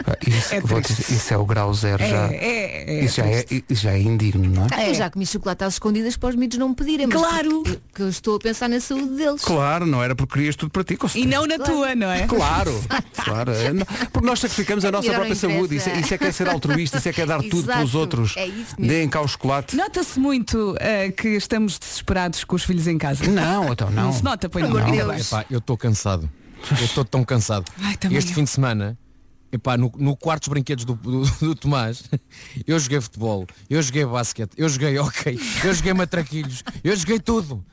S2: Ah, Isso
S4: É
S2: vou dizer, isso é o grau zero
S4: É,
S2: já.
S4: é, é.
S2: Isso já é, isso já é indigno, não é?
S5: Ah, Eu já comi chocolate às escondidas para os miúdos não me pedirem. mas
S4: Claro.
S5: porque- Que eu estou a pensar na saúde deles.
S2: Claro, não era porque querias tudo para ti. com
S4: E
S2: certeza.
S4: não na tua, não é?
S2: Claro, claro. é, não- Porque nós sacrificamos a nossa
S5: Melhor não
S2: própria saúde. Isso,
S5: interessa.
S2: é- isso é que é ser altruísta, isso é que é dar tudo pelos
S5: Exato,
S2: outros.
S5: é isso mesmo.
S2: Deem cá o chocolate.
S4: Nota-se muito eh, que estamos desesperados com os filhos em casa.
S2: Não, então não.
S4: Não se nota, pois
S5: Por amor
S4: não.
S5: de
S10: Não,
S5: Deus.
S10: epá, eu estou cansado. Eu estou tão cansado.
S4: Ai, também
S10: este
S4: eu.
S10: fim de semana, epá, no, no quarto dos brinquedos do, do- do Tomás, eu joguei futebol, eu joguei basquete, eu joguei hockey, eu joguei matraquilhos, eu joguei tudo.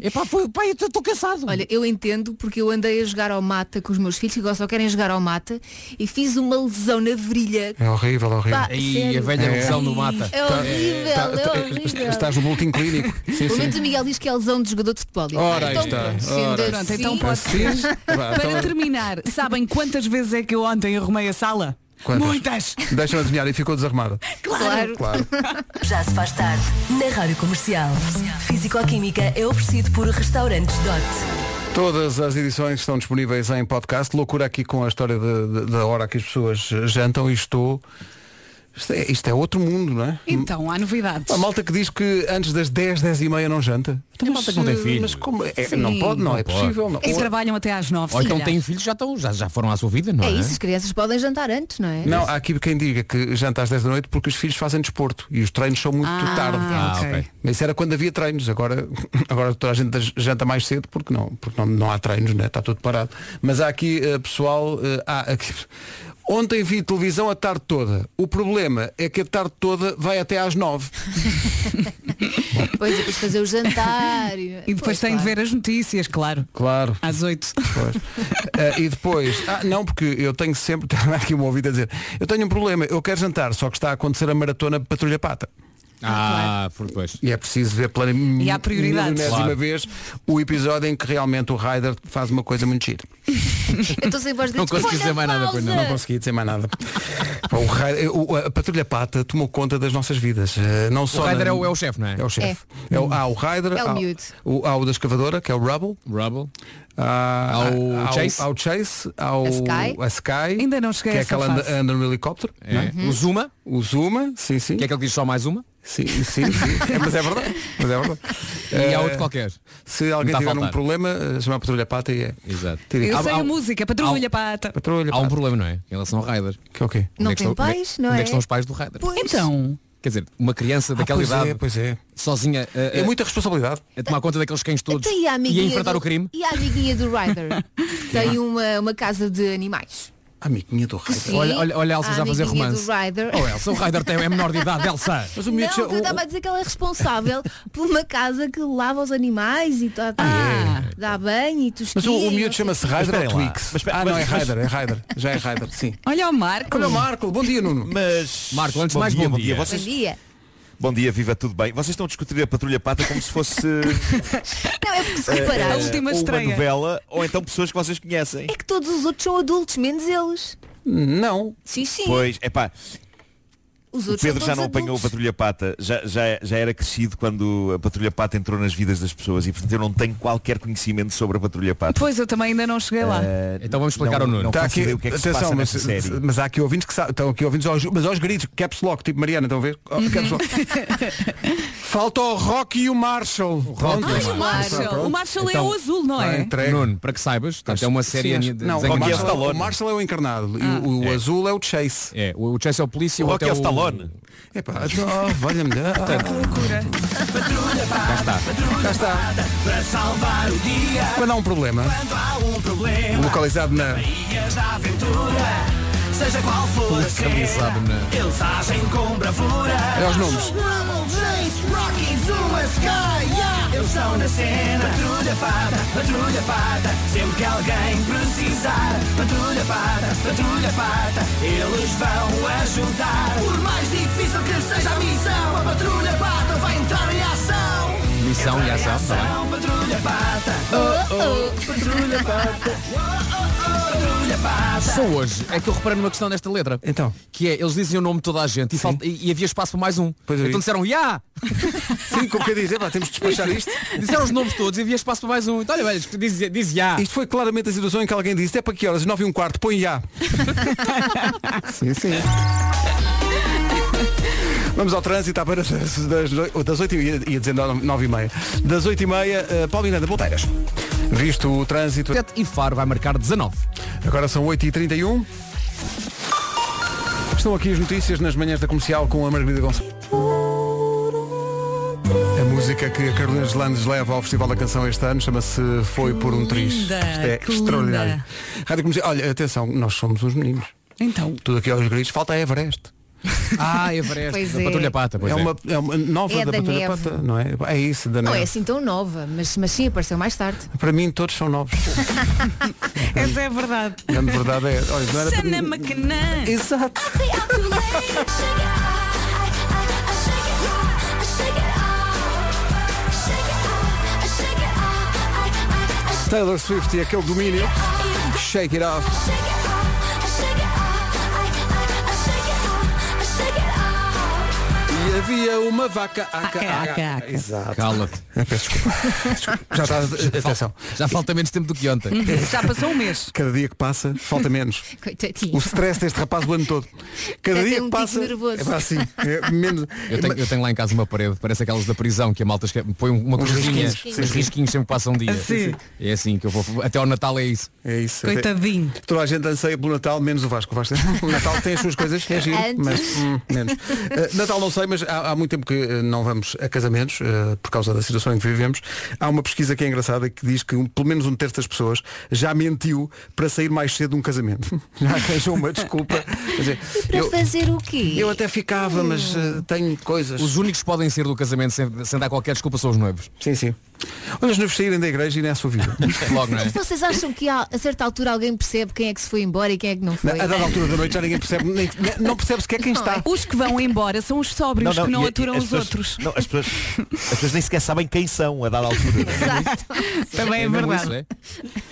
S10: Epá, foi, pá, eu estou cansado.
S5: Olha, eu entendo porque eu andei a jogar ao mata com os meus filhos que agora só querem jogar ao mata e fiz uma lesão na virilha.
S2: É horrível, é horrível.
S5: Pá,
S10: Aí
S5: sério.
S10: a velha
S2: É.
S10: lesão no mata.
S5: É horrível,
S2: Tá-
S5: é
S2: tá-
S5: horrível.
S2: estás no boletim clínico. Sim,
S5: Pelo
S2: sim.
S5: menos o Miguel diz que é lesão de jogador de futebol.
S2: Ora, aí
S5: então,
S2: está.
S5: pronto, sendo
S2: Ora,
S5: assim,
S4: Pronto, então pode
S2: Assim, vá,
S4: Para
S2: então-
S4: terminar, sabem quantas vezes é que eu ontem arrumei a sala?
S2: Quantas?
S4: Muitas!
S2: Deixa-me adivinhar e ficou desarmada.
S5: claro.
S2: Claro.
S11: Já se faz tarde, na Rádio Comercial. Físico-Química é oferecido por Restaurantes Dot.
S2: Todas as edições estão disponíveis em podcast. Loucura aqui com a história de- de- da hora que as pessoas jantam e estou. Isto é, isto é outro mundo, não é?
S4: Então, há novidades.
S2: A malta que diz que antes das 10, 10 e meia não janta. Então,
S10: É malta que não tem
S2: eh,
S10: filhos.
S2: Mas como? É, não pode, não,
S10: Não
S2: é
S10: pode.
S2: possível. Não.
S4: E
S2: Ou-
S4: trabalham até às nove.
S10: Ou então
S4: se calhar.
S10: têm filhos, já, estão, já, já foram à sua vida, não é?
S5: É isso, as crianças podem jantar antes, não é?
S2: Não, há aqui quem diga que janta às 10 da noite porque os filhos fazem desporto e os treinos são muito
S4: Ah,
S2: tarde.
S10: Ah, ok.
S4: ok.
S2: Mas isso era quando havia treinos, agora, agora toda a gente janta mais cedo porque não, porque não, não há treinos, né? está tudo parado. Mas há aqui eh, pessoal, eh, há aqui- ontem vi televisão a tarde toda. O problema é que a tarde toda vai até às 9.
S5: Depois, depois fazer o jantar.
S4: E depois têm de ver as notícias, claro.
S2: Claro.
S4: Às oito.
S2: Pois. Eh, e depois, ah, não, porque eu tenho sempre, um está aqui uma ouvida a dizer, eu tenho um problema, eu quero jantar, só que está a acontecer a maratona Patrulha Pata.
S10: Ah, porque depois.
S2: E é preciso ver pela
S4: E há prioridades.
S2: milionésima
S10: Claro.
S2: vez o episódio em que realmente o Ryder faz uma coisa muito gira.
S5: Eu estou sem voz de
S10: Não consegui dizer mais nada, pois não.
S2: Não consegui dizer mais nada. Pá, o Ryder- o- a Patrulha Pata tomou conta das nossas vidas. eh, Não
S10: O
S2: só
S10: Raider
S2: na-
S10: é o, é o chefe, não é?
S2: É o chefe. É o- há o Ryder,
S5: É o
S2: há,
S5: miúdo.
S2: o, há o da escavadora, que é o Rubble,
S10: Rubble.
S2: há,
S10: Ao
S2: há- há o-
S10: Chase.
S2: há o ah, Chase, há o,
S5: A Sky.
S2: a Sky,
S4: Ainda não cheguei
S2: que é
S4: a essa
S2: aquela anda,
S4: fase. Uhum.
S2: anda no helicóptero,
S10: É. O Zuma,
S2: o Zuma, sim, sim,
S10: que é aquele que diz só mais uma.
S2: sim, sim, sim. É, mas é verdade, mas é verdade.
S10: E
S2: Eh,
S10: há outro qualquer.
S2: Se alguém
S10: Não está
S2: tiver
S10: a
S2: um
S10: faltar.
S2: problema, eh, chama a Patrulha Pata e é.
S10: Exato.
S2: Tirem-
S4: Eu
S2: Há-
S4: sei
S2: há-
S4: a música, patrulha,
S10: há-
S4: pata.
S2: Patrulha
S10: Há um
S2: Pata.
S10: problema, não é? Em relação ao Raider.
S2: Que é o quê?
S5: Não
S10: Onde é que
S5: tem
S10: estão- onde é-
S5: pais, não
S10: onde é
S5: é?
S10: que estão os pais do Raider?
S4: Então,
S10: Quer dizer, uma criança daquela
S2: pois
S10: idade,
S2: é, pois é.
S10: sozinha, a, a-
S2: É muita responsabilidade.
S10: a tomar conta daqueles cães todos
S5: Então, e a
S10: e
S5: amiguinha
S10: a enfrentar
S5: do,
S10: o crime.
S5: E a amiguinha do Ryder? tem uma, uma casa de animais.
S2: Amiguinha do Ryder.
S5: Sim,
S10: Olha, olha, olha a Elsa já a fazer
S5: amiguinha
S10: romance.
S5: do Ryder.
S10: Oh Elsa, o Raider tem é menor de idade, Elsa.
S2: Mas o
S5: Não,
S2: miúdo
S5: que
S2: já-
S5: eu
S2: o-
S5: estava a dizer que ela é responsável por uma casa que lava os animais e tá, dá banho e tu
S2: Mas o, o miúdo chama-se Ryder ou
S7: espera lá.
S2: Twix?
S7: Mas espera-
S2: ah, não, é
S7: mas- mas-
S2: Ryder, é Ryder. Já é Ryder, sim.
S4: olha o Marco.
S2: Olha o Marco, bom dia, Nuno.
S7: Mas.
S10: Marco, antes de mais, bom dia.
S5: Bom
S7: Vocês...
S5: dia.
S7: Bom dia, viva, tudo bem. Vocês estão a discutir a Patrulha Pata como se fosse
S5: Não, é porque se
S4: A
S5: reparares,
S4: última
S7: ou uma
S4: estreia.
S7: novela ou então pessoas que vocês conhecem.
S5: é que todos os outros são adultos, menos eles.
S2: Não.
S5: Sim, sim.
S7: Pois, é pá,
S5: Os
S7: o
S5: outros
S7: Pedro
S5: são
S7: já
S5: todos
S7: não apanhou a
S5: adultos.
S7: Patrulha Pata, já, já, já era crescido quando a Patrulha Pata entrou nas vidas das pessoas e portanto eu não tenho qualquer conhecimento sobre a Patrulha Pata.
S4: Pois eu também ainda não cheguei lá.
S7: Eh,
S10: Então vamos explicar
S7: não-
S10: ao Nuno.
S7: Não
S2: Tá
S7: faço
S2: aqui,
S7: ideia o que é que se
S2: atenção,
S7: passa
S2: mas,
S7: nessa série.
S2: mas há aqui ouvintes que sa- estão aqui ouvintes, aos, mas aos gritos, caps lock, tipo Mariana, estão a ver? Oh, Caps lock. Falta o Rocky e o Marshall. Pronto.
S4: Ai, o Marshall. O Marshall é o azul, não
S2: Está
S4: é?
S2: entregue.
S10: Nuno, para que saibas, portanto, é uma série
S2: Sim,
S10: de
S2: Não, o
S10: desenho
S7: Rocky é
S10: animado.
S2: Marshall,
S7: Stallone.
S2: o Marshall é o encarnado e o, o azul é o Chase.
S10: É, o o Chase é o polícia e
S7: O
S10: o
S7: Rocky é
S10: outro é
S7: o
S10: o...
S7: Stallone.
S2: Epá, oh, valha-me. Ah,
S10: Cá está.
S2: cá está. Quando há um problema, localizado na
S10: Sabe, na-
S2: É os nomes.
S10: Missão e ação, está bem? Só hoje é que eu reparei numa questão desta letra.
S2: Então.
S10: Que é, eles dizem o nome de toda a gente e, falta- e- e havia espaço para mais um.
S2: Pois eu vi.
S10: então disseram, ya!
S2: Sim, como quer dizer, pá, temos de despachar isto.
S10: Disseram os nomes todos e havia espaço para mais um. Então olha, velho, diz, diz ya!
S2: Isto foi claramente a situação em que alguém disse, é para que horas? 9 e um quarto, põe já. sim, sim. Vamos ao trânsito à beira das, das, das 8 e ia dizendo 9 e meia. Das 8 e meia, eh, Paulo Miranda, Bolteiras. Visto o trânsito.
S10: Tete e Faro vai marcar 19.
S2: Agora são 8h31. Estão aqui as notícias nas manhãs da comercial com a Margarida Gonçalves. A música que a Carolina Gelandes leva ao Festival da Canção este ano chama-se Foi por um Triz.
S4: linda,
S2: Isto é
S4: que
S2: extraordinário.
S4: linda.
S2: Rádio Comercial, olha, atenção, nós somos uns meninos.
S4: Então.
S2: Tudo aqui aos gritos, falta Everest.
S10: Ah, Everest,
S5: Pois
S10: da
S5: é.
S10: Patrulha Pata, pois
S2: é,
S10: é.
S2: Uma, é uma nova
S5: É
S2: da
S5: da
S2: Patrulha
S5: neve.
S2: Pata, não é? É isso, da
S5: Não
S2: neve.
S5: é assim tão nova, mas, mas sim apareceu mais tarde.
S2: Para mim todos são novos.
S4: Essa é a verdade.
S2: A grande verdade é. Olha, não era para...
S4: Sana Macana.
S2: Exato. Taylor Swift e aquele domínio. Shake it off. E havia uma vaca. Aca,
S4: Aca,
S2: aca.
S4: aca, aca.
S2: Exato.
S10: Cala-te.
S2: Peço desculpa. Já está. Atenção.
S10: Já falta menos tempo do que ontem.
S4: Já passou um mês.
S2: Cada dia que passa, falta menos.
S5: Coitadinho.
S2: O stress deste rapaz o ano todo. Cada
S5: Até
S2: dia que
S5: um tico
S2: passa.
S5: nervoso.
S2: É pá, assim. É menos.
S10: Eu tenho, eu tenho lá em casa uma parede, parece aquelas da prisão que a malta esque- põe um, uma
S2: Uns
S10: corzinha,
S2: risquinhos,
S10: uns
S2: sim.
S10: risquinhos sempre que passa um dia.
S4: Sim.
S10: É assim que eu vou. Até ao Natal é isso.
S2: É isso.
S4: Coitadinho.
S2: Toda a gente anseia pelo Natal, menos o Vasco. O, Vasco- o Natal tem as suas coisas, é giro,
S5: Antes.
S2: mas hum, menos. Eh, Natal não sei, mas há, há muito tempo que eh, não vamos a casamentos, eh, por causa da situação em que vivemos. Há uma pesquisa que é engraçada que diz que um- pelo menos um terço das pessoas já mentiu para sair mais cedo de um casamento. Já arranjou uma desculpa. Quer dizer,
S5: Para
S2: eu,
S5: fazer o quê?
S2: eu até ficava, mas eh, tenho coisas.
S10: Os únicos que podem ser do casamento sem, sem dar qualquer desculpa são os noivos.
S2: Sim, sim. Olha, os noivos saírem da igreja e nem à sua vida.
S10: Logo, não é?
S5: Mas vocês acham que a, a certa altura alguém percebe quem é que se foi embora e quem é que não
S2: Na-
S5: foi?
S4: é
S2: A dada altura da noite já ninguém percebe, nem- nem- não percebe sequer quem está.
S4: Os que vão embora são os sóbrios. pessoas que não
S3: e- e
S4: aturam
S3: as
S4: os
S3: pessoas-
S4: outros.
S3: Não, as, pessoas, as pessoas nem sequer sabem quem são a dada altura.
S5: Exato.
S4: Também é
S10: mesmo
S4: verdade.
S10: isso, é?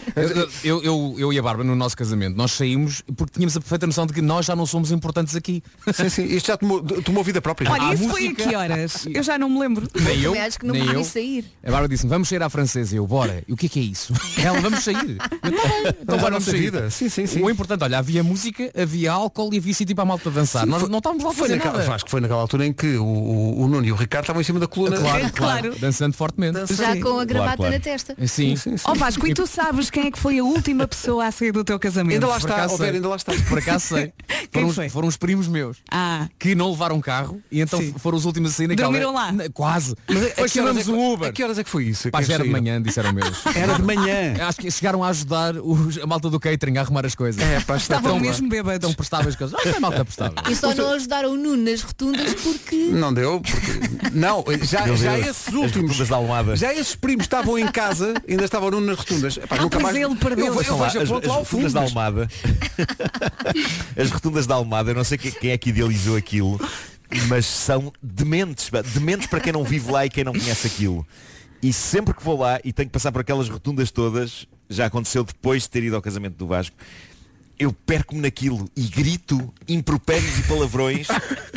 S10: Eu, eu, eu e a Bárbara, no nosso casamento, nós saímos porque tínhamos a perfeita noção de que nós já não somos importantes aqui.
S2: Sim, sim, isto já tomou, tomou vida própria.
S4: Olha,
S10: Há
S4: isso foi a
S10: música.
S4: que horas? Eu já não me lembro.
S10: Nem eu,
S5: Também acho que não
S10: nem
S5: podia
S10: eu.
S5: sair.
S10: A Bárbara disse-me, vamos sair à francesa. E eu, bora. E o que é que é isso? Ela, vamos sair. então
S2: Vamos à
S10: bora,
S2: É nossa vida. Um Sim, sim, sim.
S10: O importante, olha, havia música, havia álcool e havia sítio para a malta dançar. nós não estávamos lá a
S2: Foi
S10: fazer
S2: naquela,
S10: nada.
S2: acho que foi naquela altura em que o, o- o Nuno e o Ricardo estavam em cima da coluna.
S10: Claro,
S4: Claro.
S10: claro. Dançando fortemente.
S5: Já com a gravata
S3: claro.
S5: na testa.
S10: Sim.
S4: Ó Oh, Vasco, e tu sabes quem é que foi a última pessoa a sair do teu casamento? é.
S2: Ainda lá
S10: Por
S2: está,
S10: acaso
S2: ó,
S10: sei.
S2: Vera, ainda lá está.
S10: Por acaso sei.
S4: Quem
S10: Foram, uns-
S4: foi?
S10: foram uns primos meus.
S4: Ah,
S10: que não
S2: um
S10: levaram carro e então
S4: Sim.
S10: foram os últimos a sair naquela...
S4: Dormiram lá?
S10: Na- Quase.
S2: A
S10: Depois
S2: que horas é
S10: chamamos
S2: que-
S10: um
S2: A
S10: Uber.
S2: que horas é que foi isso?
S10: Pá,
S2: Que
S10: já era de
S2: saíram?
S10: manhã, disseram eles.
S2: Era de manhã.
S10: Acho que chegaram a ajudar os- a malta do catering a arrumar as coisas.
S2: É, pá, está
S4: estavam
S2: tão-
S4: mesmo
S10: Estão
S4: bêbados.
S10: prestáveis coisas. Ah, é malta prestável.
S5: E só não ajudaram o Nuno nas rotundas porque
S2: Não deu, porque... Não, já,
S3: Meu
S2: já
S3: Deus,
S2: esses
S3: as
S2: últimos.
S3: rotundas da Almada.
S2: Já esses primos estavam em casa, ainda estavam Nuno nas rotundas. Epá, nunca
S4: Ah, pois
S2: mais.
S4: ele perdeu.
S2: Eu, ve- eu
S3: São lá,
S2: vejo a
S3: as,
S2: ponte
S3: as
S2: lá ao fundo.
S3: rotundas da Almada. as rotundas da Almada, eu não sei que- quem é que idealizou aquilo, mas são dementes, pá. dementes para quem não vive lá e quem não conhece aquilo. E sempre que vou lá e tenho que passar por aquelas rotundas todas, já aconteceu depois de ter ido ao casamento do Vasco, eu perco-me naquilo e grito impropérios e palavrões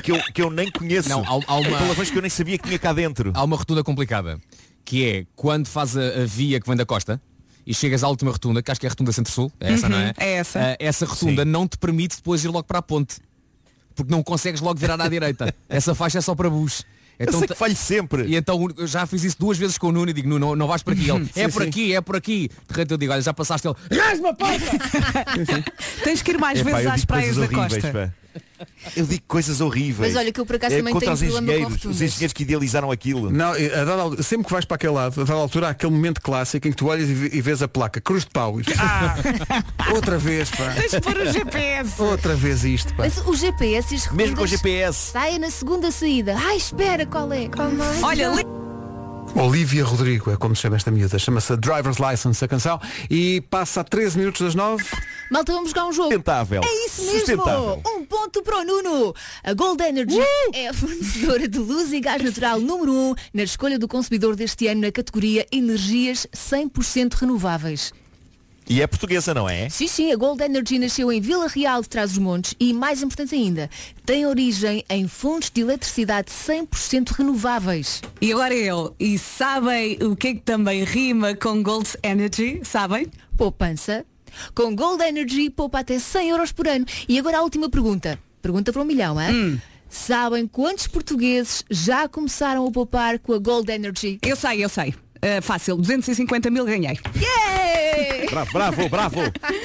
S3: que eu, que eu nem conheço.
S10: Não, há- há uma-
S3: Palavrões que eu nem sabia que tinha cá dentro.
S10: Há uma rotunda complicada, que é quando faz a, a via que vem da costa e chegas à última rotunda, que acho que é a rotunda centro-sul, é essa, não é?
S4: é essa.
S10: Ah, essa rotunda não te permite depois ir logo para a ponte, porque não consegues logo virar à direita. Essa faixa é só para bus.
S3: eu
S10: Então,
S3: sei que
S10: te-
S3: falho sempre.
S10: E então eu já fiz isso duas vezes com o Nuno e digo, Nuno, não, não vais por aqui. Ele, é por aqui, é por aqui. De repente eu digo, olha, já passaste ele.
S4: Tens que ir mais
S3: Epá,
S4: vezes
S3: eu
S4: às
S3: digo
S4: praias
S3: coisas
S4: da
S3: horríveis,
S4: costa.
S3: pá. Eu digo coisas horríveis.
S5: Mas olha que eu por acaso também
S3: contra
S5: tenho
S3: os
S5: problema com
S3: engenheiros,
S5: rotundas.
S3: os engenheiros que idealizaram aquilo.
S2: Não, e a dada al- sempre que vais para aquele lado, a dada altura, há aquele momento clássico em que tu olhas e, ve- e vês a placa Cruz de Pau. E tu, Ah, outra vez, pá.
S4: Tens de pôr o GPS.
S2: Outra vez isto, pá.
S4: é.
S5: Mas o GPS e as
S3: Mesmo com o
S5: rotundas
S3: GPS.
S5: saem na segunda saída. Ai, espera, qual é?
S4: Olha, li-
S2: Olivia Rodrigo é como se chama esta miúda. Chama-se Driver's License a canção e passa a 13 minutos das 9.
S5: Malta, vamos jogar um jogo.
S3: Sustentável.
S5: É isso mesmo!
S3: Sustentável.
S5: Um ponto para o Nuno! A Gold Energy é a fornecedora de luz e gás natural número 1 um na escolha do consumidor deste ano na categoria Energias 100% Renováveis.
S3: E é portuguesa, não é?
S5: Sim, sim, a Gold Energy nasceu em Vila Real de Trás-os-Montes e, mais importante ainda, tem origem em fontes de eletricidade 100% renováveis.
S4: E agora eu. E sabem o que é que também rima com Gold Energy? Sabem?
S5: Poupança. Com Gold Energy poupa até 100 euros por ano. E agora a última pergunta. Pergunta para um milhão, é? Sabem quantos portugueses já começaram a poupar com a Gold Energy?
S4: Eu sei, eu sei. Ah, fácil, 250 mil ganhei.
S5: Yay!
S3: Bravo, bravo, bravo,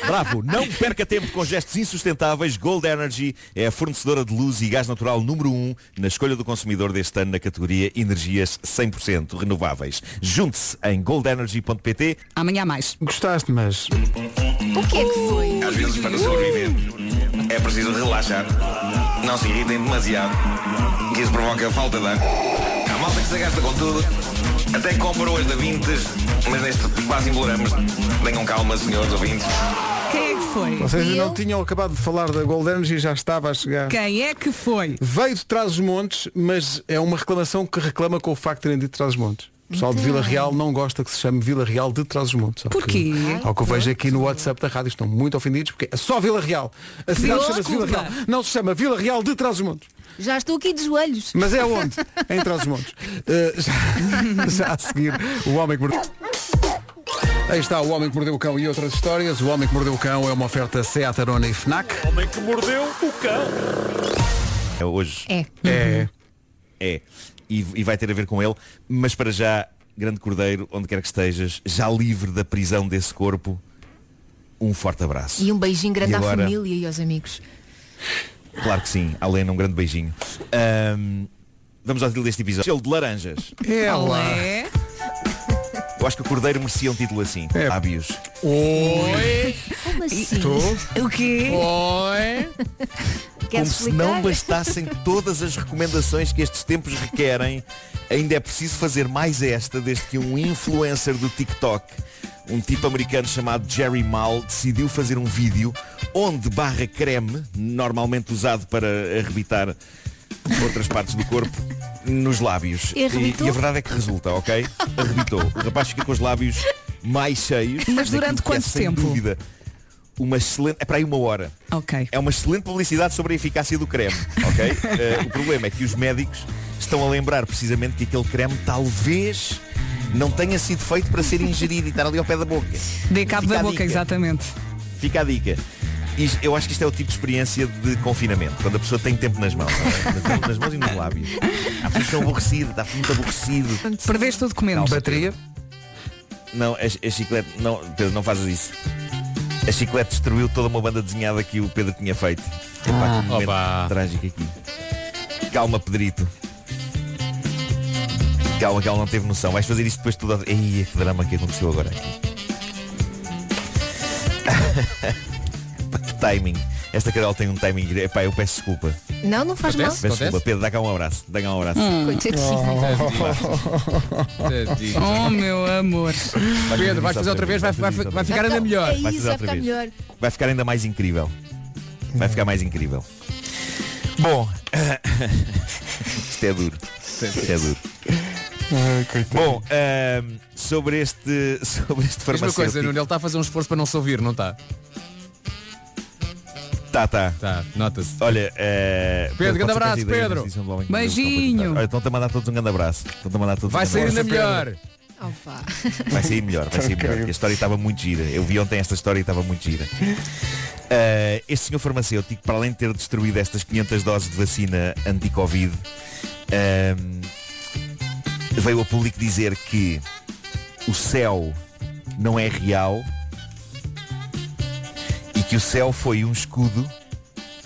S3: bravo. Não perca tempo com gestos insustentáveis. Gold Energy é a fornecedora de luz e gás natural número 1 na escolha do consumidor deste ano na categoria Energias 100% Renováveis. Junte-se em goldenergy.pt.
S4: Amanhã há mais.
S2: Gostaste, mas.
S5: O que é que foi?
S7: Às vezes, para sobreviver, é preciso relaxar. Não se irritem demasiado, que isso provoca falta de ar. Há malta que se gasta com tudo. Até compram hoje da Vintes, mas neste quase imploramos. Tenham calma, senhores ouvintes.
S4: Quem é que foi?
S2: Vocês
S5: E
S2: não
S5: eu?
S2: tinham acabado de falar da Gold Energy e já estava a chegar.
S4: Quem é que foi?
S2: Veio de Trás-os-Montes, mas é uma reclamação que reclama com o facto de terem dito Trás-os-Montes. O pessoal de Vila Real não gosta que se chame Vila Real de Trás-os-Montes. Ao que-
S4: Porquê?
S2: Ao que eu vejo aqui no WhatsApp da rádio, estão muito ofendidos porque é só Vila Real. A cidade
S4: Pediu
S2: chama-se Vila
S4: desculpa.
S2: Real. Não se chama Vila Real de Trás-os-Montes.
S5: Já estou aqui de joelhos.
S2: Mas é onde? em Trás-os-Montes. Uh, já, já a seguir, o homem que mordeu... Aí está o Homem que Mordeu o Cão e outras histórias. O Homem que Mordeu o Cão é uma oferta Seat Arona e FNAC.
S3: É hoje.
S5: É.
S2: É.
S3: É, e, e vai ter a ver com ele, mas para já, grande Cordeiro, onde quer que estejas, já livre da prisão desse corpo, um forte abraço.
S5: E um beijinho grande
S3: E
S5: à
S3: agora?
S5: família e aos amigos.
S3: Claro que sim, Alena, um grande beijinho. Ahm, vamos ao título deste episódio. Gelo de laranjas.
S2: Ela.
S4: Olé.
S3: Eu acho que o Cordeiro merecia um título assim.
S2: É.
S3: Hábios.
S2: Oi.
S5: Como assim?
S4: O quê?
S2: Oi.
S3: Como
S5: Queres
S3: se
S5: explicar?
S3: não bastassem todas as recomendações que estes tempos requerem, ainda é preciso fazer mais esta desde que um influencer do TikTok, um tipo americano chamado Jerry Mal, decidiu fazer um vídeo onde barra creme, normalmente usado para arrebitar
S10: outras partes do corpo nos lábios.
S5: E arrebitou?
S10: e a verdade é que resulta, ok? Arrebitou. O rapaz fica com os lábios mais cheios.
S8: Mas
S10: daquilo que
S8: durante
S10: é,
S8: quanto
S10: sem
S8: tempo?
S10: Dúvida, uma excelente. É para aí uma hora.
S8: Ok.
S10: É uma excelente publicidade sobre a eficácia do creme, ok? Eh, o problema é que os médicos estão a lembrar precisamente que aquele creme talvez não tenha sido feito para ser ingerido e estar ali ao pé da boca.
S8: Dê cabo
S10: Fica
S8: da
S10: a
S8: boca,
S10: dica.
S8: exatamente.
S10: Fica a dica. Is- Eu acho que isto é o tipo de experiência de confinamento, quando a pessoa tem tempo nas mãos, não é? Tem tempo nas mãos e nos lábios. Há pessoas que são aborrecidas, está muito aborrecido.
S8: Perdeste o documento.
S12: Bateria?
S10: Não, a, a chiclete, não, Pedro, não fazes isso. A chiclete destruiu toda uma banda desenhada que o Pedro tinha feito. Epá, que momento
S4: Opa.
S10: trágico aqui. Calma, Pedrito. Calma, que ela não teve noção. Vais fazer isto depois tudo. outra- Ei, que drama que aconteceu agora aqui. Pá, que timing. Esta Carol tem um timing. Epá, eu peço desculpa.
S5: Não, não faz mal.
S4: Acontece? Hum.
S10: Peço desculpa. Pedro, dá cá um abraço. Dá cá um abraço.
S5: Coitadinho. É
S4: Tadinho.
S8: Oh meu amor.
S4: Pedro, vais fazer outra vez, vai, vai, vai ficar ainda
S5: Então,
S4: melhor.
S5: É
S10: Vai
S5: isso,
S10: fazer
S5: vai
S10: outra
S5: ficar
S10: vez.
S5: melhor.
S10: Vai ficar ainda mais incrível. Vai ficar mais incrível. Bom, isto é duro. Isto é duro. Bom, ahm, sobre este sobre este
S4: Diz uma coisa, Nuno,
S10: farmacêutico.
S4: ele está a fazer um esforço para não se ouvir, não está?
S10: Tá, tá.
S4: Tá, nota-se.
S10: Olha, eh,
S4: Pedro, grande
S10: pode ser que
S4: abraço,
S10: as ideias assim
S4: Pedro.
S10: da Associação do Homem que
S8: Beijinho.
S10: Mordeu o Cão, Olha, estão-te a mandar todos um grande abraço. Estão-te a mandar todos um
S4: Vai
S10: grande
S4: sair
S10: abraço.
S4: ainda melhor.
S5: Opa.
S10: Vai sair melhor, vai sair melhor. porque A história estava muito gira. Eu vi ontem esta história e estava muito gira. Uh, este senhor farmacêutico, para além de ter destruído estas 500 doses de vacina anti-Covid, um, veio a público dizer que o céu não é real e que o céu foi um escudo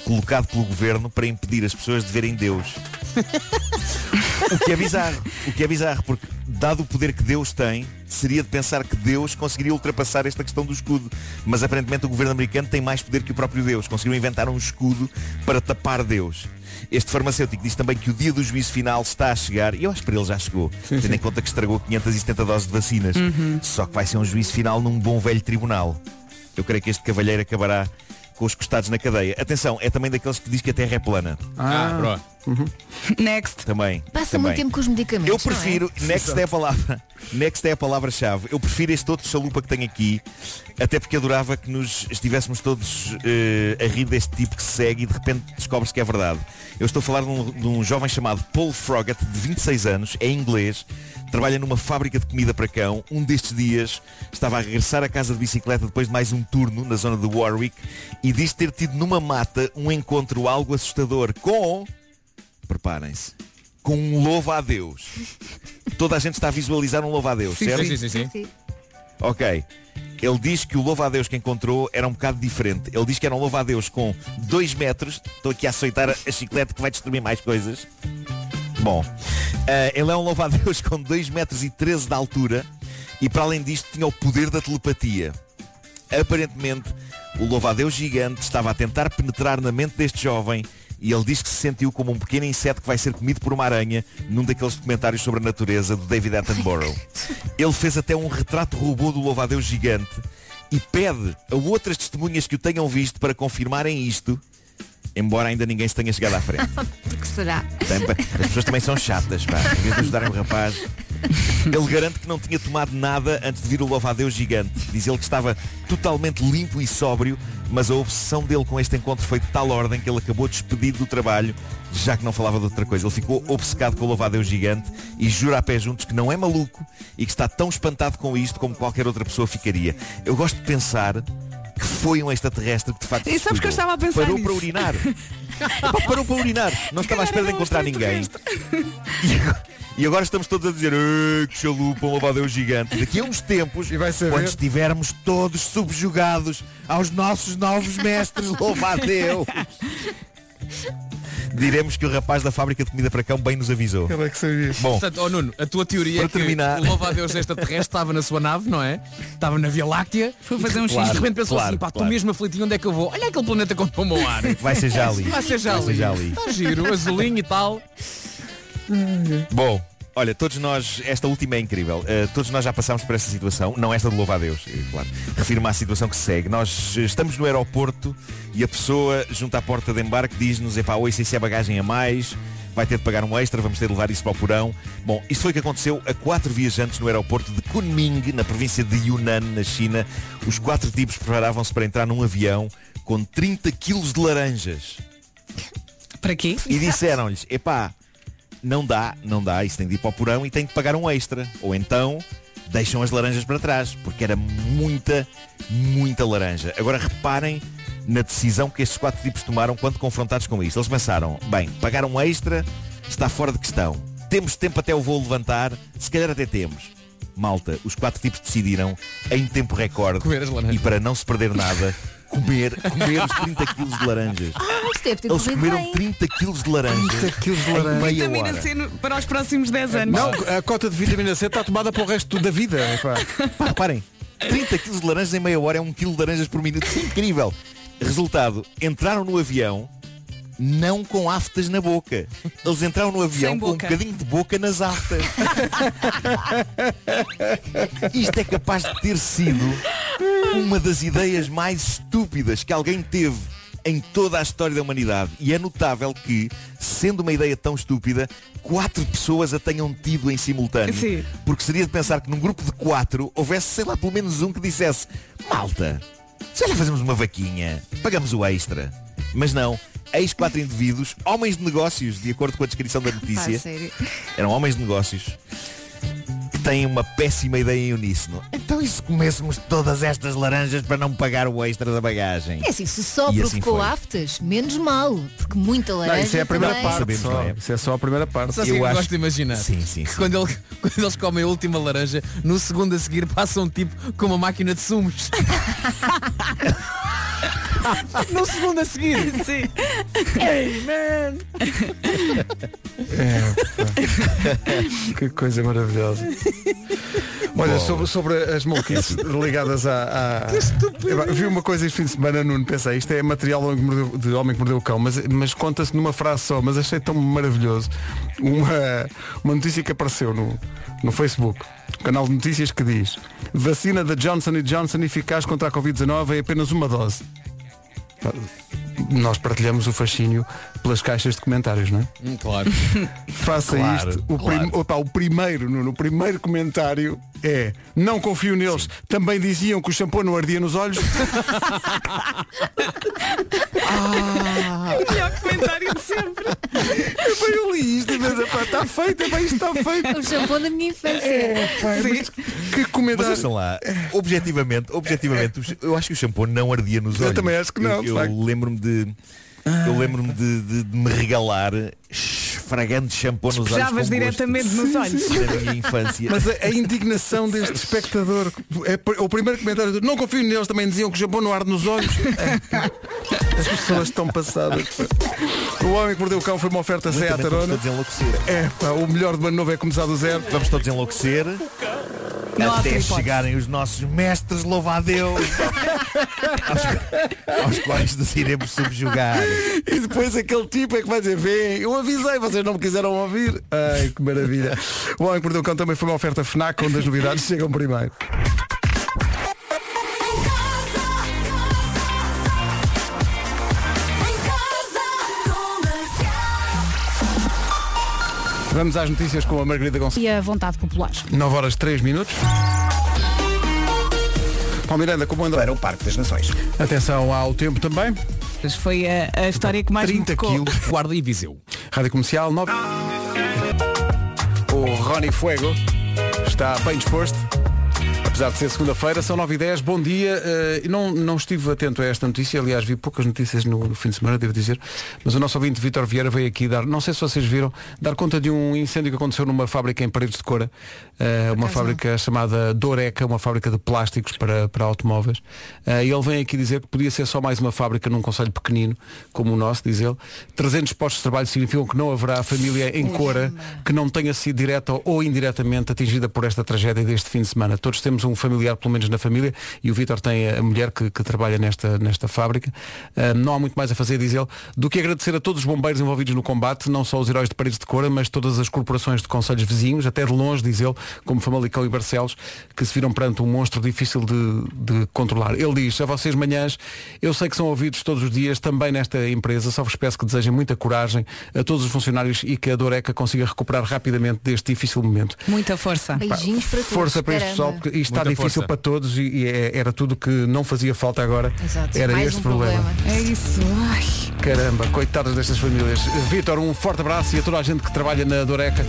S10: colocado pelo governo para impedir as pessoas de verem Deus. O que é bizarro, o que é bizarro, porque dado o poder que Deus tem, seria de pensar que Deus conseguiria ultrapassar esta questão do escudo. Mas aparentemente o governo americano tem mais poder que o próprio Deus. Conseguiu inventar um escudo para tapar Deus. Este farmacêutico diz também que o dia do juízo final está a chegar, e eu acho que para ele já chegou, tendo em conta que estragou 570 doses de vacinas. Só que vai ser um juízo final num bom velho tribunal. Eu creio que este cavalheiro acabará com os costados na cadeia. Atenção, é também daqueles que diz que a Terra é plana.
S4: Ah, pronto.
S8: Next.
S10: Também.
S5: Passa
S10: também.
S5: muito tempo com os medicamentos.
S10: Eu
S5: não é?
S10: prefiro, next é a palavra, next é a palavra-chave. Eu prefiro este outro chalupa que tenho aqui, até porque adorava que nos estivéssemos todos eh, a rir deste tipo que se segue e de repente descobre-se que é verdade. Eu estou a falar de um, de um jovem chamado Paul Froggatt, de 26 anos, é inglês, trabalha numa fábrica de comida para cão. Um destes dias estava a regressar à casa de bicicleta depois de mais um turno na zona de Warwick e diz ter tido numa mata um encontro algo assustador com... Preparem-se. Com um louva a Deus. Toda a gente está a visualizar um louva a Deus, certo?
S4: Sim, sim, sim.
S5: Sim.
S10: Ok. Ele diz que o louva-a-Deus que encontrou era um bocado diferente. Ele diz que era um louva-a-Deus com 2 metros. Estou aqui a aceitar a chiclete que vai destruir mais coisas. Bom, eh, ele é um louva-a-Deus com 2 metros e 13 de altura e para além disto tinha o poder da telepatia. Aparentemente, o louva-a-Deus gigante estava a tentar penetrar na mente deste jovem e ele diz que se sentiu como um pequeno inseto que vai ser comido por uma aranha num daqueles documentários sobre a natureza do David Attenborough. Ele fez até um retrato robô do louva-a-Deus gigante e pede a outras testemunhas que o tenham visto para confirmarem isto, embora ainda ninguém se tenha chegado à frente.
S5: O que será?
S10: Tem, pá, As pessoas também são chatas, pá. Em vez de ajudarem o rapaz. Ele garante que não tinha tomado nada antes de vir o louva-a-Deus gigante. Diz ele que estava totalmente limpo e sóbrio, mas a obsessão dele com este encontro foi de tal ordem que ele acabou despedido do trabalho, já que não falava de outra coisa. Ele ficou obcecado com o louva-a-Deus gigante e jura a pé juntos que não é maluco e que está tão espantado com isto como qualquer outra pessoa ficaria. Eu gosto de pensar que foi um extraterrestre que de facto
S8: E sabes que
S10: estudou.
S8: eu estava a pensar
S10: Parou
S8: nisso.
S10: para urinar. Pá, parou para urinar. Não estava à espera de
S8: era um
S10: encontrar ninguém. E agora- E agora estamos todos a dizer "Eh, que chalupa, um lavadeu gigante. Daqui a uns tempos,
S12: E vai saber.
S10: quando estivermos todos subjugados aos nossos novos mestres,
S3: é
S10: louva-a-Deus. Diremos que o rapaz da fábrica de comida para cão bem nos avisou.
S12: Ele é que sabia.
S10: Bom,
S4: Portanto, oh Nuno, a tua teoria
S10: Para
S4: é que
S10: terminar-
S4: o louva-a-Deus extraterrestre estava na sua nave, não é? Estava na Via Láctea.
S8: Foi fazer um
S4: E
S8: xixi.
S4: de repente pensou
S10: Claro,
S4: assim, pá, estou
S10: claro.
S4: mesmo aflitido, onde é que eu vou? Olha aquele planeta com tomou ao ar.
S10: vai ser já ali.
S4: Vai ser já
S10: Vai ser já
S4: ali.
S10: ali.
S4: Está giro, azulinho e tal.
S10: Bom, olha, todos nós, esta última é incrível.
S3: Eh,
S10: Uh, todos nós já passámos por esta situação, não esta de louva a Deus, eh, claro. Refiro-me à situação que se segue. Nós eh, estamos no aeroporto e a pessoa junto à porta de embarque diz-nos, epá, oi, se isso é bagagem a mais,
S3: vai ter de pagar um extra, vamos ter de levar isso para o porão. Bom, isto foi o que aconteceu a quatro viajantes no aeroporto de Kunming, na província de Yunnan, na China. Os quatro tipos preparavam-se para entrar num avião com 30 quilos de laranjas.
S4: Para quê?
S3: E disseram-lhes, epá, não dá, não dá, isso tem de ir para o porão e tem de pagar um extra. Ou então deixam as laranjas para trás, porque era muita, muita laranja. Agora reparem na decisão que estes quatro tipos tomaram quando confrontados com isto. Eles pensaram, bem, pagar um extra está fora de questão. Temos tempo até o voo levantar, se calhar até temos. Malta, os quatro tipos decidiram, em tempo recorde, e para não se perder nada, comer, comer os 30 quilos de laranjas.
S5: Ah, isto deve ter
S3: Eles
S5: corrido
S3: comeram
S5: bem.
S3: 30 quilos de laranja.
S2: 30 quilos de
S3: em
S2: laranja.
S3: meia
S4: Vitamina
S3: hora.
S4: C no- para os próximos 10 anos.
S2: Não, a cota de vitamina C está tomada para o resto da vida. epá.
S3: Pá, reparem, 30 quilos de laranjas em meia hora é 1 quilo de laranjas por minuto. Isso é incrível. Resultado, entraram no avião não com aftas na boca. Eles entraram no avião
S4: Sem
S3: com um
S4: boca.
S3: bocadinho de boca nas aftas. Isto é capaz de ter sido uma das ideias mais estúpidas que alguém teve em toda a história da humanidade. E é notável que, sendo uma ideia tão estúpida, quatro pessoas a tenham tido em simultâneo.
S4: Sim.
S3: Porque seria de pensar que num grupo de quatro houvesse, sei lá, pelo menos um que dissesse Malta, se já fazemos uma vaquinha, pagamos o extra. Mas não, eis quatro indivíduos, homens de negócios, de acordo com a descrição da notícia,
S5: Pá, sério.
S3: eram homens de negócios que têm uma péssima ideia em uníssono. Então e se comêssemos todas estas laranjas para não pagar o extra da bagagem?
S5: É assim, se só
S3: E assim
S5: provocou
S3: foi.
S5: aftas, menos mal, porque muita laranja
S2: Não, isso é a primeira
S5: também.
S2: parte.
S3: Sabemos,
S2: Só.
S3: não é?
S2: Isso é só a primeira parte.
S10: Sabe o que é que eu
S3: acho-
S10: gosto de imaginar?
S3: Sim, sim, sim.
S10: Quando, ele- quando eles comem a última laranja, no segundo a seguir passa um tipo com uma máquina de sumos. no segundo a seguir.
S4: Sim.
S2: Que coisa maravilhosa. Olha, sobre, sobre as maluquices ligadas à. à... Epá, Vi uma coisa este fim de semana, Nuno, pensei, isto é material Homem que Mordeu- de Homem que Mordeu o Cão, mas, mas conta-se numa frase só, mas achei tão maravilhoso. Uma, uma notícia que apareceu no, no Facebook, um canal de notícias que diz vacina da Johnson Johnson eficaz contra a Covid-19 é apenas uma dose. Pá, Nós partilhamos o fascínio pelas caixas de comentários, não é?
S10: Hum, claro.
S2: Faça
S3: Claro,
S2: isto. O,
S3: claro.
S2: prim- opá, o primeiro, no, no primeiro comentário é não confio neles. Também diziam que o shampoo não ardia nos olhos.
S4: É Melhor comentário de sempre.
S2: Epá, eu li isto, mas epá, está feito, epá, isto está feito.
S5: É O shampoo da minha infância.
S1: É.
S2: Epá, mas que
S3: Mas
S2: comentário.
S3: ouçam lá, objetivamente, objetivamente, os- eu acho que o shampoo não ardia nos
S2: Eu
S3: olhos.
S2: também acho que não, de
S3: Eu,
S2: facto.
S3: eu lembro-me de. Eu lembro-me de, de- de me regalar esfragando shampoo nos olhos. com
S4: Pejavas
S3: gosto.
S4: diretamente nos olhos.
S3: Na minha infância.
S2: Mas a, a indignação deste espectador. É, pr- o primeiro comentário do não confio neles, também diziam que o shampoo não arde nos olhos. As pessoas estão passadas. O Homem que Mordeu o Cão foi uma oferta sem
S3: Também
S2: à
S3: vamos
S2: tarona.
S3: todos enlouquecer.
S2: É, pá, o melhor de ano novo é começar do zero.
S3: Vamos todos enlouquecer
S4: Não há outra
S3: até
S4: hipótese.
S3: chegarem os nossos mestres, louvado Deus, aos, aos quais nos iremos subjugar.
S2: E depois aquele tipo é que vai dizer, vem, eu avisei, vocês não me quiseram ouvir. Ai, que maravilha. O Homem que Mordeu o Cão também foi uma oferta FNAC, onde as novidades chegam primeiro. Vamos às notícias com a Margarida Gonçalves.
S1: E a vontade popular.
S2: 9 horas 3 minutos. Paulo Miranda, como anda?
S9: Para o Parque das Nações.
S2: Atenção ao tempo também.
S4: Mas Foi a, a história que mais me
S2: 30
S4: tocou.
S2: quilos.
S10: um Guarda e Viseu.
S2: Rádio Comercial 9. O Rony Fuego está bem disposto. Apesar de ser segunda-feira, são 9 e 10 Bom dia. Eh, e não, não estive atento a esta notícia. Aliás, vi poucas notícias no, no fim de semana, devo dizer. Mas o nosso ouvinte Vitor Vieira veio aqui dar, não sei se vocês viram, dar conta de um incêndio que aconteceu numa fábrica em Paredes de Cora. Eh, uma fábrica chamada Doreca, uma fábrica de plásticos para, para automóveis. Eh, e ele vem aqui dizer que podia ser só mais uma fábrica num conselho pequenino, como o nosso, diz ele. 300 postos de trabalho significam que não haverá família em Cora que não tenha sido direta ou indiretamente atingida por esta tragédia deste fim de semana. Todos temos um um familiar, pelo menos na família, e o Vítor tem a mulher que, que trabalha nesta, nesta fábrica. Ah, não há muito mais a fazer, diz ele, do que agradecer a todos os bombeiros envolvidos no combate, não só os heróis de paredes de cora, mas todas as corporações de conselhos vizinhos, até de longe, diz ele, como Famalicão e Barcelos, que se viram perante um monstro difícil de, de controlar. Ele diz, a vocês manhãs, eu sei que são ouvidos todos os dias, também nesta empresa, só vos peço que desejem muita coragem a todos os funcionários e que a Doreca consiga recuperar rapidamente deste difícil momento.
S4: Muita força.
S5: Beijinhos para todos.
S2: Força para este pessoal, porque isto está
S10: Muita
S2: difícil
S10: força.
S2: para todos e, e é- era tudo que não fazia falta agora.
S5: Exato.
S2: Era
S5: Mais
S2: este
S5: um
S2: problema.
S4: É isso. Ai.
S2: Caramba, coitadas destas famílias. Vítor, um forte abraço e a toda a gente que trabalha na Doreca.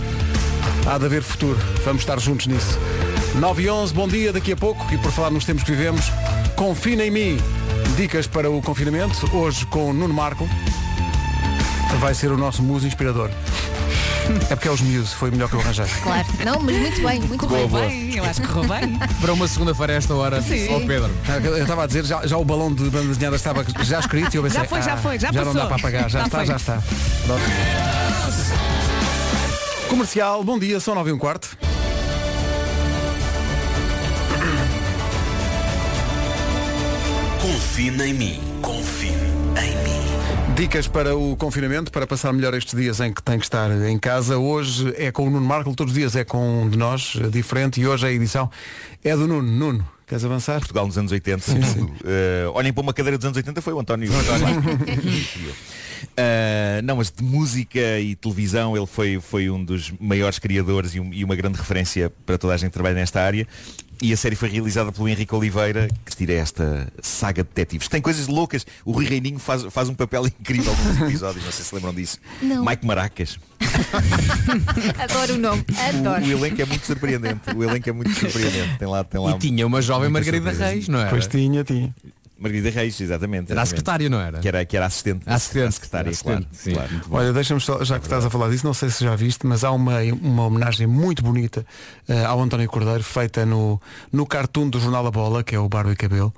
S2: Há de haver futuro. Vamos estar juntos nisso. 9 e 11, bom dia daqui a pouco. E por falar nos tempos que vivemos, confina em mim. Dicas para o confinamento, hoje com o Nuno Marco. Vai ser o nosso muso inspirador. É porque é os Muse, foi o melhor que eu arranjei.
S5: Claro. Não, mas muito bem, muito bem.
S4: Bem, eu acho que correu bem.
S10: Para uma segunda-feira a esta hora, ao Pedro.
S2: Tá, Eu estava a dizer, já, já o balão de banda desenhada estava já escrito e eu pensei,
S4: Já foi, já
S2: "Ah,
S4: foi, já
S2: não dá
S4: passou." Tá
S2: para apagar, já
S4: Já
S2: está,
S4: foi.
S2: já está. Pronto. Comercial, bom dia, são 9 e um quarto.
S7: Confina em mim. Confina em mim.
S2: Dicas para o confinamento, para passar melhor estes dias em que tem que estar em casa. Hoje é com o Nuno Marco, todos os dias é com um de nós, eh, diferente, e hoje a edição é do Nuno. Nuno, queres avançar?
S3: Portugal nos anos 80. Eh, olhem para uma cadeira dos anos 80, foi o António. é Eh, não, mas de música e televisão ele foi, foi um dos maiores criadores e, um- e uma grande referência para toda a gente que trabalha nesta área. E a série foi realizada pelo Henrique Oliveira, que tira esta saga de detetives. Tem coisas loucas. O Rui Reininho faz, faz um papel incrível nos episódios, não sei se lembram disso.
S5: Não.
S3: Mike Maracas.
S5: Adoro o nome. Adoro.
S3: O, o elenco é muito surpreendente. O elenco é muito surpreendente. Tem lá, tem lá
S10: E tinha uma jovem
S3: muita
S10: Margarida
S3: surpresa.
S10: Reis,
S4: é?
S10: não era?
S2: tinha, tinha.
S3: Margarida Reis, exatamente.
S10: Era a
S3: exatamente.
S10: secretária, não era?
S3: Que era, que era assistente.
S10: A assistente.
S3: A secretária,
S10: A assistente,
S3: claro.
S10: sim.
S3: claro, muito bom. É
S2: Olha, deixa-me só, já que estás a falar disso, não sei se já viste, mas há uma, uma homenagem muito bonita eh, ao António Cordeiro, feita no, no cartoon do Jornal da Bola, que é o Barba e Cabelo,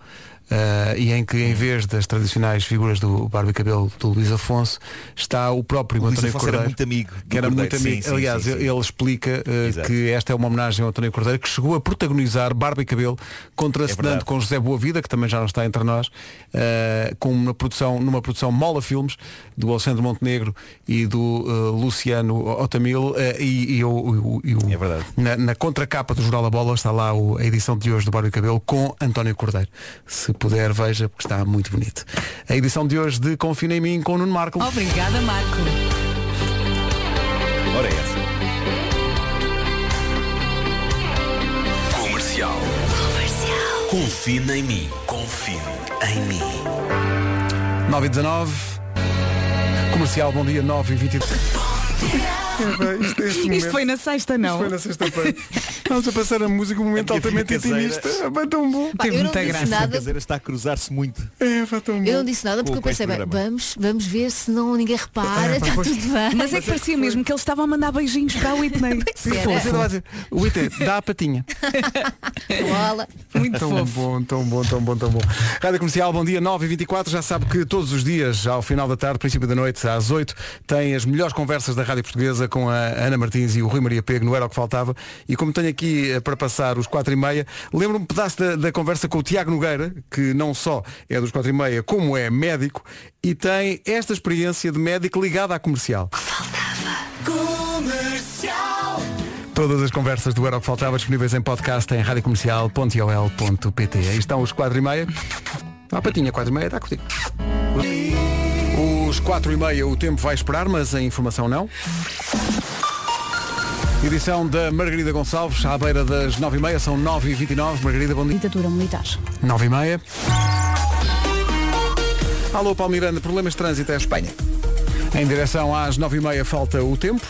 S2: eh, e em que
S3: Hum.
S2: em vez das tradicionais figuras do Barba e Cabelo do Luís Afonso, está o próprio
S3: Luís
S2: António
S3: Afonso era
S2: Cordeiro.
S3: muito amigo do
S2: Que era
S3: Cordeiro,
S2: muito
S3: sim,
S2: amigo.
S3: sim,
S2: Aliás,
S3: sim, sim.
S2: ele explica eh,
S3: Exato.
S2: que esta é uma homenagem ao António Cordeiro, que chegou a protagonizar Barba e Cabelo, contracenando
S3: É verdade.
S2: com José Boavida, que também já não está entre nós, eh, com uma produção, numa produção Mola Filmes, do Alexandre Montenegro e do eh, Luciano Otamil, eh, e, e o- o- o- e o-
S3: É verdade.
S2: na, na contracapa do Jornal da Bola está lá o- a edição de hoje do Barba e Cabelo com António Cordeiro. Se puder, veja, porque está muito bonito. A edição de hoje de Confina em Mim com o Nuno Marco.
S4: Obrigada, Marco.
S3: Ora é essa.
S7: Comercial. Comercial. Confina em mim. Confina em mim.
S2: 9 e 19 Comercial, bom dia, 9 e 22 Isto,
S4: Isto foi na sexta, não.
S2: na sexta-feira Vamos a passar a música, um momento
S3: A minha altamente caseira. intimista.
S2: Vai tão bom
S5: Pá,
S4: Teve
S5: eu não
S4: muita
S5: disse
S4: graça.
S3: A
S5: nada.
S3: caseira está a cruzar-se muito.
S2: É, vai tão
S5: Eu não disse nada porque
S3: Com-
S5: eu
S3: com este
S5: pensei, bem,
S3: programa.
S5: vamos, vamos ver se não ninguém repara,
S2: É, pá,
S5: está
S2: pois.
S5: tudo bem.
S4: Mas é que é. parecia mesmo que ele estava a mandar beijinhos para a Whitney.
S5: era.
S2: Então,
S4: Fofo.
S2: O IT, dá a patinha
S5: é Olá.
S4: Muito
S2: Tão
S4: fofo.
S2: bom, tão bom, tão bom, tão bom Rádio Comercial, bom dia, 9 e 24 Já sabe que todos os dias, ao final da tarde, princípio da noite Às 8, tem as melhores conversas da Rádio Portuguesa Com a Ana Martins e o Rui Maria Pego No Era O Que Faltava E como tenho aqui eh, para passar os 4 e meia Lembro-me um pedaço da, da conversa com o Tiago Nogueira Que não só é dos 4 e meia Como é médico E tem esta experiência de médico ligada à comercial Todas as conversas do Era o que Faltava disponíveis em podcast em radiocomercial.ol.pt. Aí estão os 4 e meia. Ah, patinha, 4 e meia, está contigo. Os 4 e meia, o tempo vai esperar, mas a informação não. Edição da Margarida Gonçalves, à beira das 9 e meia, são 9 e 29 Margarida, bom dia.
S1: Ditadura militar.
S2: 9 e meia. Alô, Paulo Miranda, problemas de trânsito é
S9: Espanha.
S2: Em direção às 9 e meia falta o tempo.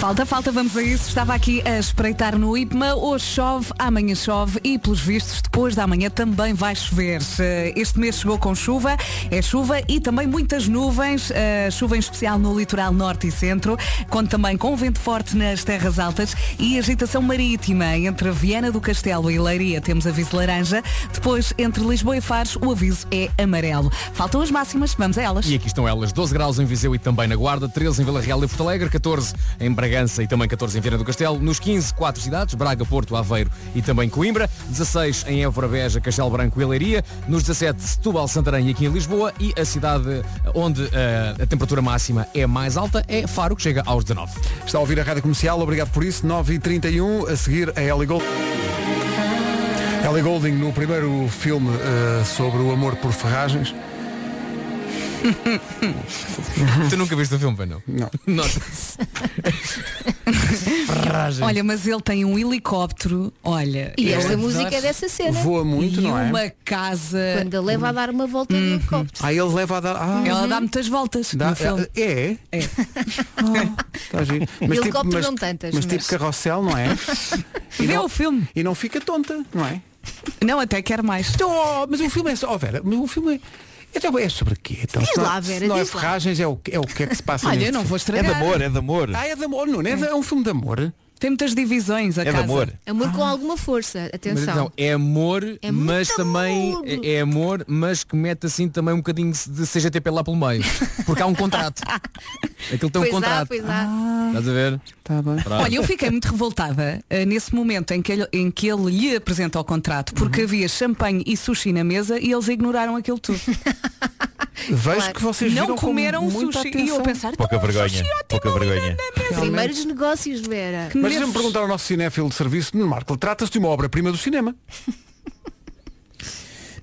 S4: Falta, falta, vamos a isso. Estava aqui a espreitar no IPMA. Hoje chove, amanhã chove e, pelos vistos, depois da manhã também vai chover. Eh, Este mês chegou com chuva, é chuva e também muitas nuvens. eh, Chuva em especial no litoral norte e centro. Conta também com vento forte nas terras altas e agitação marítima entre Viana do Castelo e Leiria. Temos aviso laranja. Depois, entre Lisboa e Fares, o aviso é amarelo. Faltam as máximas, vamos a elas.
S10: E aqui estão elas, 12 graus em Viseu e também na Guarda, 13 em Vila Real e Porto Alegre, 14 em Bragança. Bragança e também 14 em Viana do Castelo. Nos 15, quatro cidades, Braga, Porto, Aveiro e também Coimbra. 16 em Évora, Beja, Castelo Branco e Leiria. Nos 17, Setúbal, Santarém e aqui em Lisboa. E a cidade onde eh, a temperatura máxima é mais alta é Faro, que chega aos 19.
S2: Está a ouvir a Rádio Comercial, obrigado por isso. 9h31, a seguir a Ellie Golding. Ellie Golding no primeiro filme eh, sobre o amor por ferragens.
S10: tu nunca viste o filme, pai, não?
S2: Não.
S10: Nota-se. Ferragem.
S4: Olha, mas ele tem um helicóptero, olha.
S5: E
S4: eu
S5: esta
S4: adoro.
S5: música é dessa cena.
S2: Voa muito,
S4: e
S2: não é?
S4: uma casa.
S5: Quando ele leva a dar uma volta no helicóptero.
S2: Ah, ele leva a dar. Ah,
S4: Ela dá muitas voltas
S2: dá-
S4: no filme.
S2: É?
S4: É. Oh.
S2: Está giro. tipo,
S5: Helicóptero não tantas,
S2: Mas,
S5: mas-
S2: tipo carrossel, não é? E
S4: Vê
S2: não-
S4: o filme.
S2: E não fica tonta, não é?
S4: Não, até quer mais.
S2: Então, ó, mas o filme é só, ó, Vera, mas o filme é, então, é sobre quê? Então,
S5: Diz
S2: se não-
S5: lá, Vera,
S2: se não é
S5: diz lá.
S2: ferragens, é o, que- é o que é que se passa
S4: Olha,
S2: neste
S4: eu não
S2: filme.
S4: vou
S3: É
S4: estragar.
S3: de amor, é de amor.
S2: Ah, é de amor, não, é, de- é um filme de amor.
S4: Tem muitas divisões a
S3: É de
S4: casa.
S3: amor.
S5: Amor com alguma força,
S10: Mas
S5: atenção.
S10: então, é amor,
S5: É muito
S10: mas também
S5: amor.
S10: é é amor, mas que mete assim também um bocadinho de CGTP lá pelo meio. Porque há um contrato. Aquilo tem um
S5: pois há,
S10: contrato.
S5: pois há.
S10: Estás a ver?
S2: Está bem.
S10: Pronto.
S4: Olha, eu fiquei muito revoltada eh, nesse momento em que, ele, em que ele lhe apresenta o contrato,
S2: Uhum.
S4: porque havia champanhe e sushi na mesa e eles ignoraram aquilo tudo.
S2: Vejo
S5: Claro.
S2: que vocês
S4: não
S2: viram com
S4: comeram o
S2: muita
S4: sushi. E eu
S2: atenção.
S4: a pensar,
S3: Pouca
S4: "Toma um
S3: vergonha.
S4: sushi ótimo
S3: Pouca
S4: ali na
S3: vergonha.
S4: mesa."
S5: Primeiros negócios, Vera.
S4: Que
S2: Mas
S4: meses.
S2: deixa-me perguntar ao nosso cinéfilo de serviço, Nuno Marco, trata-se de uma obra-prima do cinema.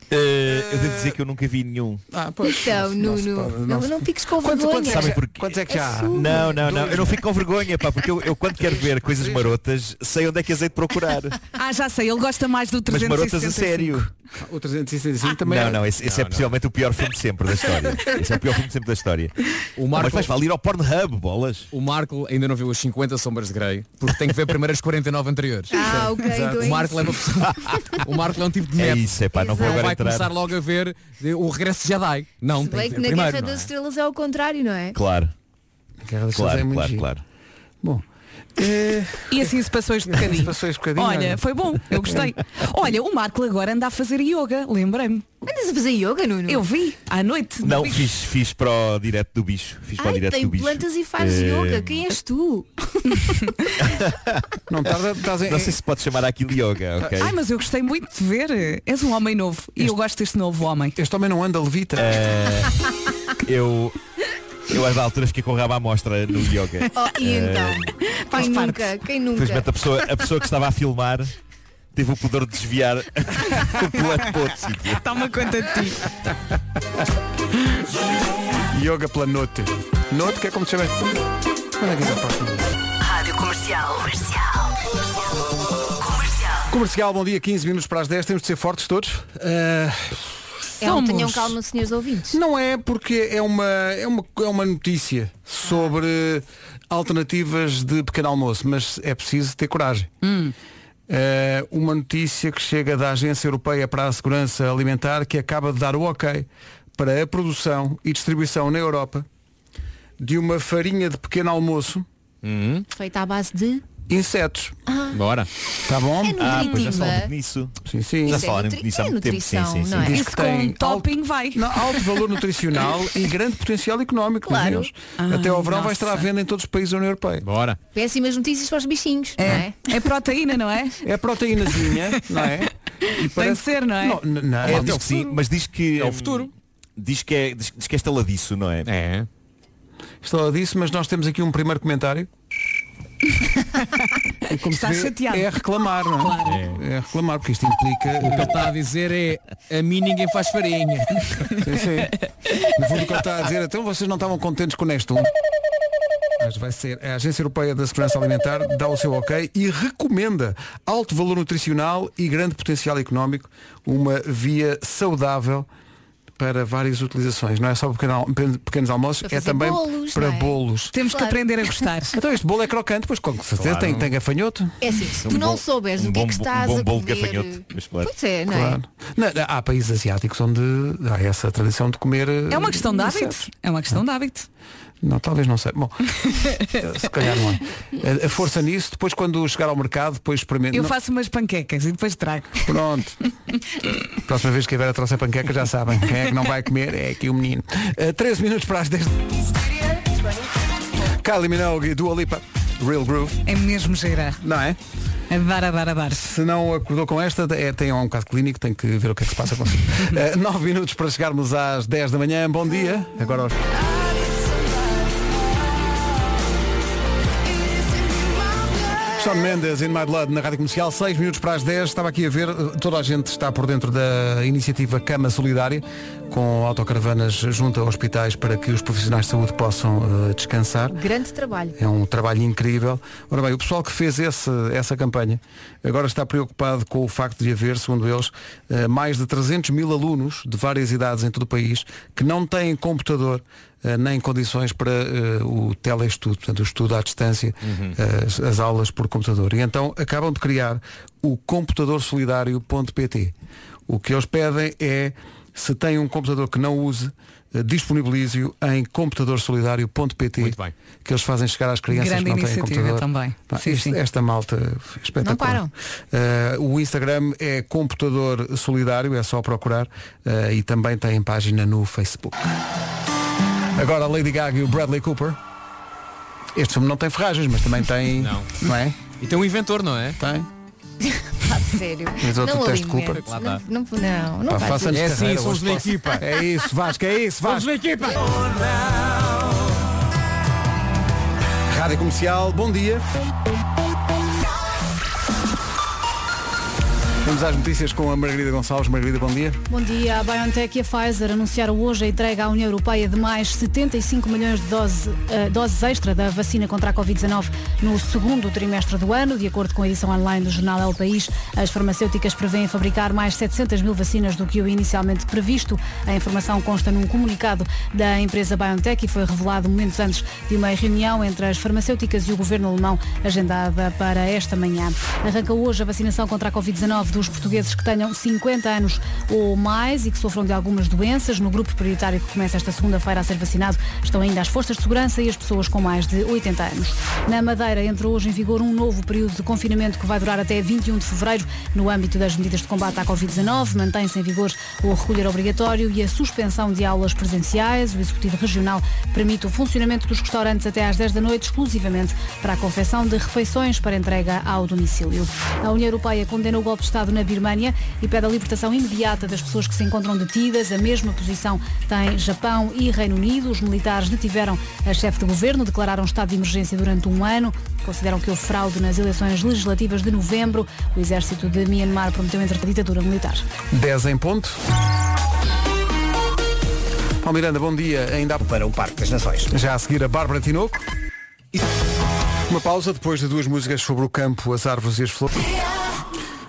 S3: Eh, eu devo dizer que eu nunca vi nenhum.
S2: Ah, pois.
S5: Então, Nuno, não, não fiques com
S2: Quantos-
S5: vergonha.
S2: quantos-
S3: Sabem porquê?
S2: Quantos é que já há?
S5: Assume.
S3: Não, não, não. Eu não fico com vergonha, pá, porque eu, eu quando quero ver coisas marotas, sei onde é que as hei de procurar.
S4: Ah, já sei, ele gosta mais do
S3: Mas
S4: 365.
S3: marotas a sério.
S2: O 365 também.
S10: Ah,
S3: Não,
S2: é-
S3: não, esse, esse é possivelmente o pior filme de sempre da história. Esse é o pior filme de sempre da história.
S10: O
S3: Ah, Mas
S10: Marco-
S3: vais valer ao Pornhub, bolas.
S10: O Marco ainda não viu as 50 sombras de Grey, porque tem que ver primeiro as 49 anteriores.
S5: Ah, ok, então é
S10: O Marco
S5: isso.
S10: leva O Marco é um tipo de
S3: É
S10: neto.
S3: isso, é pá, não vou
S10: Não
S3: agora
S10: vai
S3: entrar.
S10: começar logo a ver eh, o regresso de Jedi. Não,
S5: Se
S10: tem
S5: bem
S10: que
S5: que
S10: ver
S5: na
S10: primeiro.
S5: Guerra
S10: não é?
S5: das Estrelas é ao contrário, não é?
S3: Claro,
S2: Guerra das Estrelas é
S3: claro,
S2: muito
S3: claro,
S2: giro.
S3: claro.
S2: Bom. eh,
S4: E assim se passou este bocadinho.
S2: passou este bocadinho, olha.
S4: Olha, foi bom, eu gostei. Olha, o Marco agora anda a fazer yoga, lembrei-me.
S5: Andas a fazer yoga, Nuno?
S4: Eu vi à noite.
S3: Não, fiz, fiz para o direto do bicho. Fiz para o
S5: Ai,
S3: direto
S5: tem
S3: do bicho.
S5: plantas e faz
S3: Eh,
S5: yoga. Quem és tu?
S2: Não, tá, tarda- estás em-
S3: Não sei se pode chamar aquilo yoga, ok?
S4: Ai, mas eu gostei muito de ver. És um homem novo. E eu gosto deste novo homem.
S2: Este homem não anda levita.
S3: É. Eu, eu às alturas fiquei com o rabo à mostra no yoga.
S5: Oh, e então? Quem
S4: parte.
S5: nunca? Quem nunca?
S3: Infelizmente a pessoa, a pessoa que estava a filmar teve o poder de desviar para outro sítio.
S4: Toma conta de ti.
S2: Yoga pela noite. Noite que é como se chama. Quando é que é a próxima?
S11: Rádio Comercial. Comercial. Comercial.
S2: tá. Comercial, bom dia, 15 minutos para as 10, temos de ser fortes todos.
S3: Eh,
S2: Ah,
S5: É um
S4: Somos.
S5: tenham calma, senhores ouvintes.
S2: não é porque é uma, é, uma, é uma notícia sobre alternativas de pequeno almoço, mas é preciso ter coragem. Ah, uma notícia que chega da Agência Europeia para a Segurança Alimentar que acaba de dar o ok para a produção e distribuição na Europa de uma farinha de pequeno almoço
S5: Feita à base de...
S2: insetos.
S10: Bora.
S2: Está bom?
S5: É
S3: Ah, pois já se
S5: nutritiva.
S3: fala muito nisso.
S2: Sim, sim.
S3: Já
S5: Isso é
S3: falaram
S5: nutri-
S3: nisso há
S5: é
S3: muito tempo. Sim, sim, sim.
S5: nutrição, não é?
S2: Diz
S4: Isso com um topping vai.
S2: Não, alto valor nutricional e grande potencial económico,
S5: Claro.
S2: claro.
S4: Ai,
S2: Até ao verão vai
S4: nossa.
S2: estar à venda em todos os países da União Europeia.
S10: Bora.
S5: Péssimas notícias para os bichinhos, não é?
S4: É. é proteína, não é?
S2: É proteínazinha, não é? E
S4: Tem que ser, não é?
S2: Não, n- não,
S3: Ah,
S2: é
S3: diz que sim, mas diz que.
S10: É o
S3: hum,
S10: futuro.
S3: Diz que é, diz, diz que é estaladiço, não é?
S10: É.
S2: Estou a disso, mas nós temos aqui um primeiro comentário. E como se
S4: Está
S2: vê,
S4: chateado.
S2: É reclamar, não é? É. reclamar, porque isto implica.
S10: O que ele está a dizer é a mim ninguém faz farinha.
S2: Sim, sim. No fundo o que ele está a dizer, então vocês não estavam contentes com o Nestum. Mas vai ser. A Agência Europeia da Segurança Alimentar dá o seu ok e recomenda alto valor nutricional e grande potencial económico, uma via saudável para várias utilizações. Não é só pequeno al- pequenos, almoços,
S5: Para
S2: é
S5: fazer
S2: também
S5: bolos,
S2: para
S5: não é?
S2: bolos.
S4: Temos
S5: Claro.
S4: que aprender a gostar.
S2: Então este bolo é crocante, pois com certeza
S3: Claro.
S2: tem, tem gafanhoto.
S5: É assim, se
S3: Um
S5: tu não
S3: bom-
S5: souberes
S3: um
S5: o que é
S3: bom-
S5: que estás
S3: um bom
S5: a
S3: bolo
S5: comer...
S3: de gafanhoto, mas claro.
S5: Pois é, não é?
S2: Claro. Não, não, há países asiáticos onde há essa tradição de comer. eh,
S4: É uma questão de
S2: insetos.
S4: hábito. É uma questão de hábito.
S2: Não, talvez não sei. Bom, eh, se calhar não é. A- A força nisso, depois quando chegar ao mercado, depois experimento.
S4: Eu
S2: Não,
S4: faço umas panquecas e depois trago.
S2: Pronto. Próxima vez que a Vera trouxer panqueca já sabem. Quem é que não vai comer é aqui o menino. Eh, 13 minutos para as 10. Kylie Minogue e Dua Lipa. Real Groove.
S4: É mesmo gira.
S2: Não é?
S4: Adar, adar, adar.
S2: Se não acordou com esta, é, tem um caso clínico, tem que ver o que é que se passa com você. Eh, Nove minutos para chegarmos às 10 da manhã. Bom dia. Agora aos... Sean Mendes in My Blood na Rádio Comercial, 6 minutos para as 10, estava aqui a ver, eh, toda a gente está por dentro da iniciativa Cama Solidária, com autocaravanas junto a hospitais para que os profissionais de saúde possam eh, descansar.
S5: Grande trabalho.
S2: É um trabalho incrível. Ora bem, o pessoal que fez esse- essa campanha agora está preocupado com o facto de haver, segundo eles, eh, mais de 300 mil alunos de várias idades em todo o país que não têm computador eh, nem condições para eh, o teleestudo, portanto, o estudo à distância, eh, as, as aulas por computador. E então acabam de criar o computadorsolidario.pt. O que eles pedem é, se tem um computador que não use, eh, disponibilize-o em computadorsolidario.pt
S10: Muito bem.
S2: que eles fazem chegar às crianças
S4: Grande
S2: que não têm
S4: iniciativa
S2: computador.
S4: também.
S2: Pá,
S4: Sim,
S2: isto-
S4: sim.
S2: Esta malta é espetacular.
S5: Não param.
S2: Eh, o Instagram é Computador Solidário, é só procurar eh, e também tem página no Facebook. Agora a Lady Gaga e o Bradley Cooper. Este filme não tem ferragens, mas também tem.
S10: Não.
S2: é?
S10: E tem um inventor, não é?
S2: Tem.
S5: Pá, sério.
S2: Mas outro
S5: não
S2: teste de
S5: alimentes.
S10: culpa. Lá
S5: Não, não, não, não
S2: Pá,
S5: faz
S2: faça-nos
S10: É assim,
S2: carreira,
S10: somos
S2: hoje
S10: da
S2: posso-
S10: equipa.
S2: É isso, Vasco, é isso, Vasco.
S10: na equipa!
S2: Rádio Comercial, bom dia. Vamos às notícias com a Margarida Gonçalves. Margarida, bom dia.
S1: Bom dia. A BioNTech e a Pfizer anunciaram hoje a entrega à União Europeia de mais 75 milhões de dose, eh, doses extra da vacina contra a Covid-19 no segundo trimestre do ano. De acordo com a edição online do jornal El País, as farmacêuticas prevêem fabricar mais 700 mil vacinas do que o inicialmente previsto. A informação consta num comunicado da empresa BioNTech e foi revelado momentos antes de uma reunião entre as farmacêuticas e o governo alemão agendada para esta manhã. Arranca hoje a vacinação contra a Covid-19 dos portugueses que tenham 50 anos ou mais e que sofram de algumas doenças. No grupo prioritário que começa esta segunda-feira a ser vacinado estão ainda as forças de segurança e as pessoas com mais de 80 anos. Na Madeira entra hoje em vigor um novo período de confinamento que vai durar até 21 de fevereiro no âmbito das medidas de combate à Covid-19. Mantém-se em vigor o recolher obrigatório e a suspensão de aulas presenciais. O Executivo Regional permite o funcionamento dos restaurantes até às 10 da noite, exclusivamente para a confecção de refeições para entrega ao domicílio. A União Europeia condena o golpe de Estado na Birmânia e pede a libertação imediata das pessoas que se encontram detidas. A mesma posição tem Japão e Reino Unido. Os militares detiveram a chefe de governo, declararam estado de emergência durante um ano. Consideram que houve fraude nas eleições legislativas de novembro. O exército de Myanmar prometeu entrar a ditadura militar.
S2: 10 em ponto. Paulo Miranda, bom dia. Ainda há...
S9: Para o Parque das Nações.
S2: Já a seguir a Bárbara Tinoco. Uma pausa depois de duas músicas sobre o campo, as árvores e as flores.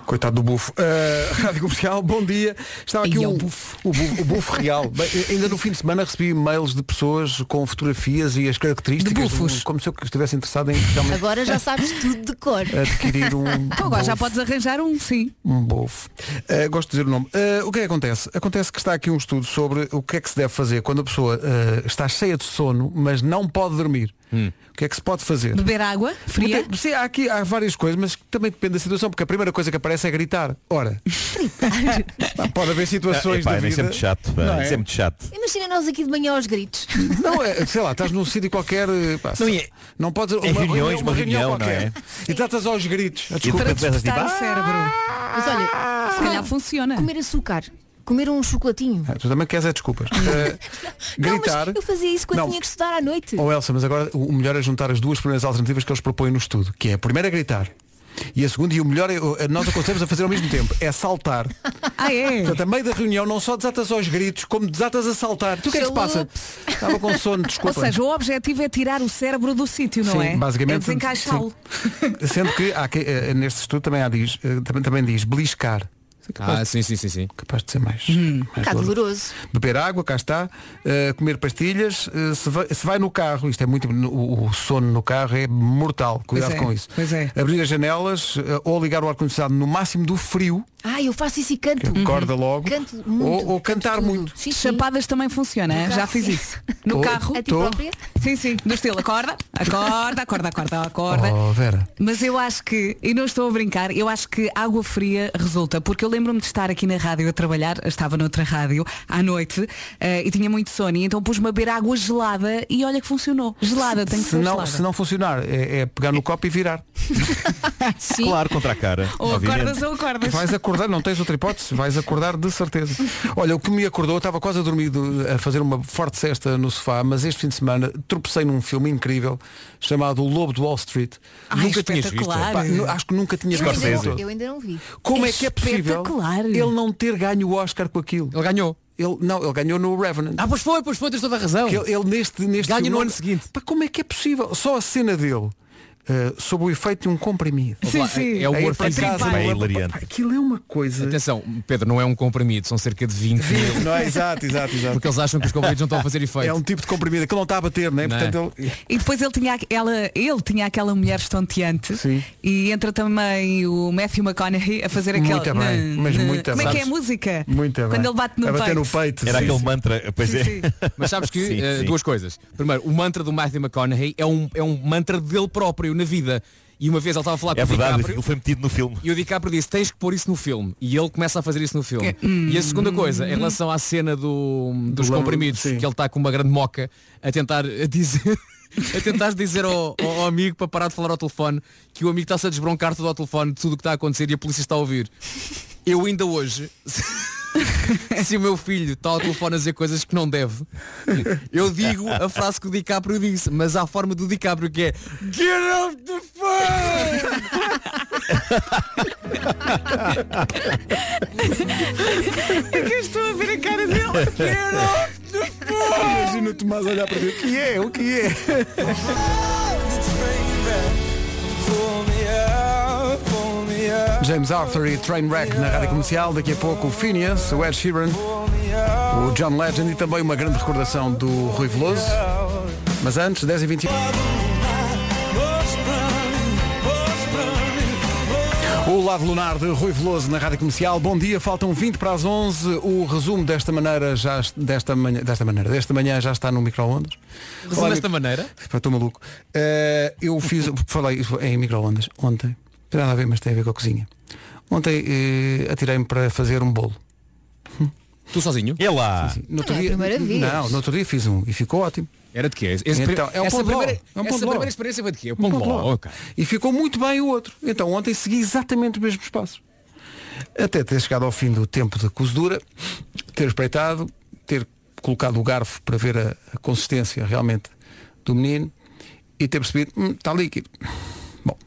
S2: Coitado do bufo. Ah, Rádio Comercial, bom dia. Estava aqui
S4: Ai, é
S2: um,
S4: o
S2: bufo. O, bufo, o bufo real. Bem, ainda no fim de semana recebi mails de pessoas com fotografias e as características. um-
S4: De bufos.
S2: como se eu estivesse interessado em realmente
S5: Agora já sabes tudo de cor.
S2: adquirir um.
S4: Então agora já
S2: bufo.
S4: podes arranjar um, sim.
S2: Um bofo. Uh, gosto de dizer o nome. Uh, o que é que acontece? Acontece que está aqui um estudo sobre o que é que se deve fazer quando a pessoa uh, está cheia de sono, mas não pode dormir.
S3: Hum.
S2: O que é que se pode fazer?
S4: Beber água fria.
S2: Muita- Sim, há aqui há várias coisas, mas também depende da situação, porque a primeira coisa que aparece é gritar. Ora, Pá, pode haver situações da
S3: Epá, isso é
S2: vida.
S3: muito chato, pá,
S2: Não é?
S3: isso é muito chato.
S5: Imagina nós aqui de manhã aos gritos.
S2: Não, é, sei lá, estás num sítio qualquer. eh, Pá,
S3: Não,
S2: sei-
S3: e é-
S2: não podes.
S3: em reuniões, uma reunião, não é?
S2: E tratas aos gritos. Ah,
S3: E tu
S2: desculpa.
S3: pensas tipo,
S4: Está o
S3: "Ah,
S4: cérebro.
S5: Mas olha,
S4: Se calhar funciona.
S5: comer açúcar, comer um chocolatinho.
S2: Ah, Tu também queres é desculpas. Eh,
S5: Não,
S2: gritar.
S5: mas eu fazia isso quando
S2: Não.
S5: tinha que estudar à noite.
S2: Oh Elsa, mas agora o o melhor é juntar as duas primeiras alternativas que eles propõem no estudo, que é a primeira é gritar. E a segunda, e o melhor, é, eh, nós aconselhamos a fazer ao mesmo tempo, é saltar.
S4: Ah, é?
S2: Portanto, a meio da reunião não só desatas aos gritos, como desatas a saltar. Tu o que é que se passa? Estava com sono,
S4: Ou
S2: desculpa.
S4: seja, o objetivo é tirar o cérebro do sítio, não
S2: Sim,
S4: é?
S2: basicamente,
S4: É desencaixá-lo.
S2: Sendo que há que- eh, neste estudo também, há diz, eh, também, também diz beliscar.
S10: Ah, sim, sim, sim, sim.
S2: Capaz de ser mais.
S4: Hum.
S2: mais
S5: Está
S2: doloroso.
S5: doloroso.
S2: Beber água, cá está, eh, comer pastilhas, eh, se, vai, se vai no carro, isto é muito. O, o sono no carro é mortal, cuidado
S4: é,
S2: com isso.
S4: pois é.
S2: Abrir as janelas eh, ou ligar o ar-condicionado no máximo do frio,
S5: Ah, eu faço isso e
S2: que
S5: canto. Uhum.
S2: acorda logo,
S5: Canto muito,
S2: ou, ou
S5: canto
S2: cantar
S5: tudo.
S2: muito.
S5: Sim, sim.
S4: Chapadas também funciona,
S5: No
S4: hein? já
S5: carro, Tipo, é?
S4: fiz
S5: sim.
S4: isso. No
S2: Tô-
S4: carro.
S5: A ti
S2: Tô.
S5: própria?
S4: Sim, sim, no estilo, acorda. Acorda, acorda, acorda, acorda.
S2: Oh, Vera.
S4: Mas eu acho que, e não estou a brincar, eu acho que água fria resulta, porque eu lembro-me de estar aqui na rádio a trabalhar, estava noutra rádio à noite eh, e tinha muito sono, e então pus-me a beber água gelada e olha que funcionou. Gelada, tem que
S2: se
S4: ser
S2: não,
S4: gelada.
S2: se não funcionar, é, é pegar no copo e virar.
S3: Claro, contra a cara.
S4: Ou
S3: obviamente.
S4: acordas ou acordas.
S2: Vais acordar, não tens outra hipótese, vais acordar de certeza. Olha, o que me acordou, eu estava quase a dormir do- a fazer uma forte cesta no sofá, mas este fim de semana tropecei num filme incrível chamado O Lobo de Wall Street.
S4: Ai,
S2: tinhas visto. é.
S4: espetacular.
S2: Pá, nu- acho que nunca tinha
S5: Eu ainda,
S2: visto.
S5: não, eu ainda não vi.
S2: Como
S4: É
S2: é, que é possível
S4: espetacular.
S2: ele não ter ganho o Oscar com aquilo?
S10: Ele ganhou.
S2: Ele, não, ele ganhou no Revenant.
S10: Ah, pois foi, pois foi, tens toda a razão.
S2: Que ele, ele neste, neste
S10: Ganha
S2: filme
S10: no
S2: não-
S10: ano seguinte.
S2: Pá, como é que é possível? Só a cena dele, eh, sob o efeito de um comprimido.
S4: Sim, sim.
S10: É o
S2: A ir
S10: Warfare
S2: para casa,
S10: Tripar.
S2: não
S3: É
S2: é?
S3: hilariante.
S2: Pá, Aquilo é uma coisa.
S10: Atenção, Pedro, não é um comprimido, são cerca de 20 mil.
S2: Não é? Exato, exato, exato.
S10: Porque eles acham que os comprimidos não estão a fazer efeito.
S2: É um tipo de comprimido, aquilo não está a bater, não é?
S10: Não é?
S2: Portanto, ele...
S4: E depois ele tinha, aqu- ela, ele tinha aquela mulher estonteante
S2: Sim.
S4: e entra também o Matthew McConaughey a fazer aquela.
S2: Muito bem, mas muito
S4: Como é que é
S2: bem.
S4: a música?
S2: Muito bem.
S4: Quando ele bate no
S2: a
S4: peito.
S2: bater no peito.
S3: Era
S2: sim.
S3: aquele mantra, pois
S4: Sim,
S3: é.
S4: sim.
S10: Mas sabes que
S3: Sim,
S10: eh,
S3: sim.
S10: duas coisas. Primeiro, o mantra do Matthew McConaughey é um, é um mantra dele próprio na vida. E uma vez ele estava a falar com
S3: É
S10: o
S3: verdade,
S10: DiCaprio
S3: ele foi metido no filme.
S10: e o DiCaprio disse, tens que pôr isso no filme. E ele começa a fazer isso no filme. E a
S3: Hum.
S10: segunda coisa, em relação à cena do, dos
S2: lama,
S10: comprimidos,
S2: sim.
S10: que ele está com uma grande moca a tentar eh, dizer. A tentar dizer ao, ao- ao amigo para parar de falar ao telefone que o amigo está-se a desbroncar tudo ao telefone de tudo o que está a acontecer e a polícia está a ouvir. Eu ainda hoje, se o meu filho está ao telefone a dizer coisas que não deve, eu digo a frase que o DiCaprio disse, mas à forma do DiCaprio que é Get off the phone!
S4: É que eu estou a ver a cara dele.
S2: Imagina o Tomás olhar para ver o que é, o que é. James Arthur e Trainwreck na rádio comercial. Daqui a pouco o Phineas, o Ed Sheeran, o John Legend e também uma grande recordação do Rui Veloso. Mas antes, 10 e 20 O lado lunar de Rui Veloso na rádio comercial. Bom dia, faltam 20 para as 11. O resumo desta maneira já desta manhã, desta maneira, desta manhã já está no micro-ondas.
S10: Resumo
S2: Olá,
S10: desta maneira.
S2: Pá, Estou maluco. Eh, eu fiz, falei isso em microondas ontem. Não tem nada a ver, mas tem a ver com a cozinha. Ontem eh, atirei-me para fazer um bolo.
S10: Tu sozinho?
S3: É lá.
S2: No outro
S5: é a primeira vez.
S2: Não, no outro dia fiz um e ficou ótimo.
S10: Era de quê? Esse
S2: Então,
S10: pri-
S2: é um
S10: essa
S2: pão de ló.
S10: primeira,
S2: É um pão
S10: essa
S2: de ló.
S10: primeira experiência foi de quê? É O pão de
S2: Pão de
S10: ló.
S2: ló.
S10: ok.
S2: E ficou muito bem o outro. Então ontem segui exatamente os mesmos passos. Até ter chegado ao fim do tempo de cozedura, ter espreitado, ter colocado o garfo para ver a, a consistência realmente do menino e ter percebido, hum, está líquido. Bom,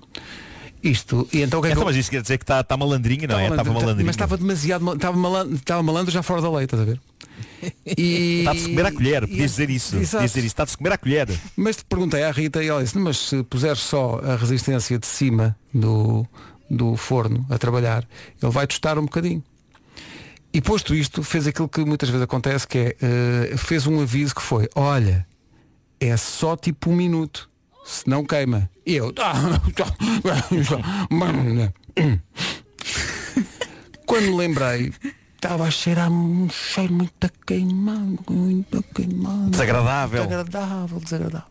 S2: isto. E então o que é que
S3: Então,
S2: eu-
S3: mas isto quer dizer que está tá malandrinho, não é?
S2: Estava
S3: Estava
S2: malandro,
S3: malandrinho.
S2: Mas estava demasiado mal- estava malandro, estava malandro já fora da lei, estás a ver? E-
S3: Está-se a comer à colher,
S2: e-
S3: podias dizer isso. Podias
S2: Exato.
S3: dizer isso, está-se a comer à colher.
S2: Mas te perguntei à Rita e ela disse, mas se puseres só a resistência de cima do, do forno a trabalhar, ele vai tostar um bocadinho. E posto isto, fez aquilo que muitas vezes acontece, que é, eh, fez um aviso que foi, olha, é só tipo um minuto, se não queima. E eu, "Ah, quando me lembrei, estava a cheirar um cheiro muito a queimado, muito a queimado.
S3: Desagradável.
S2: Desagradável, desagradável.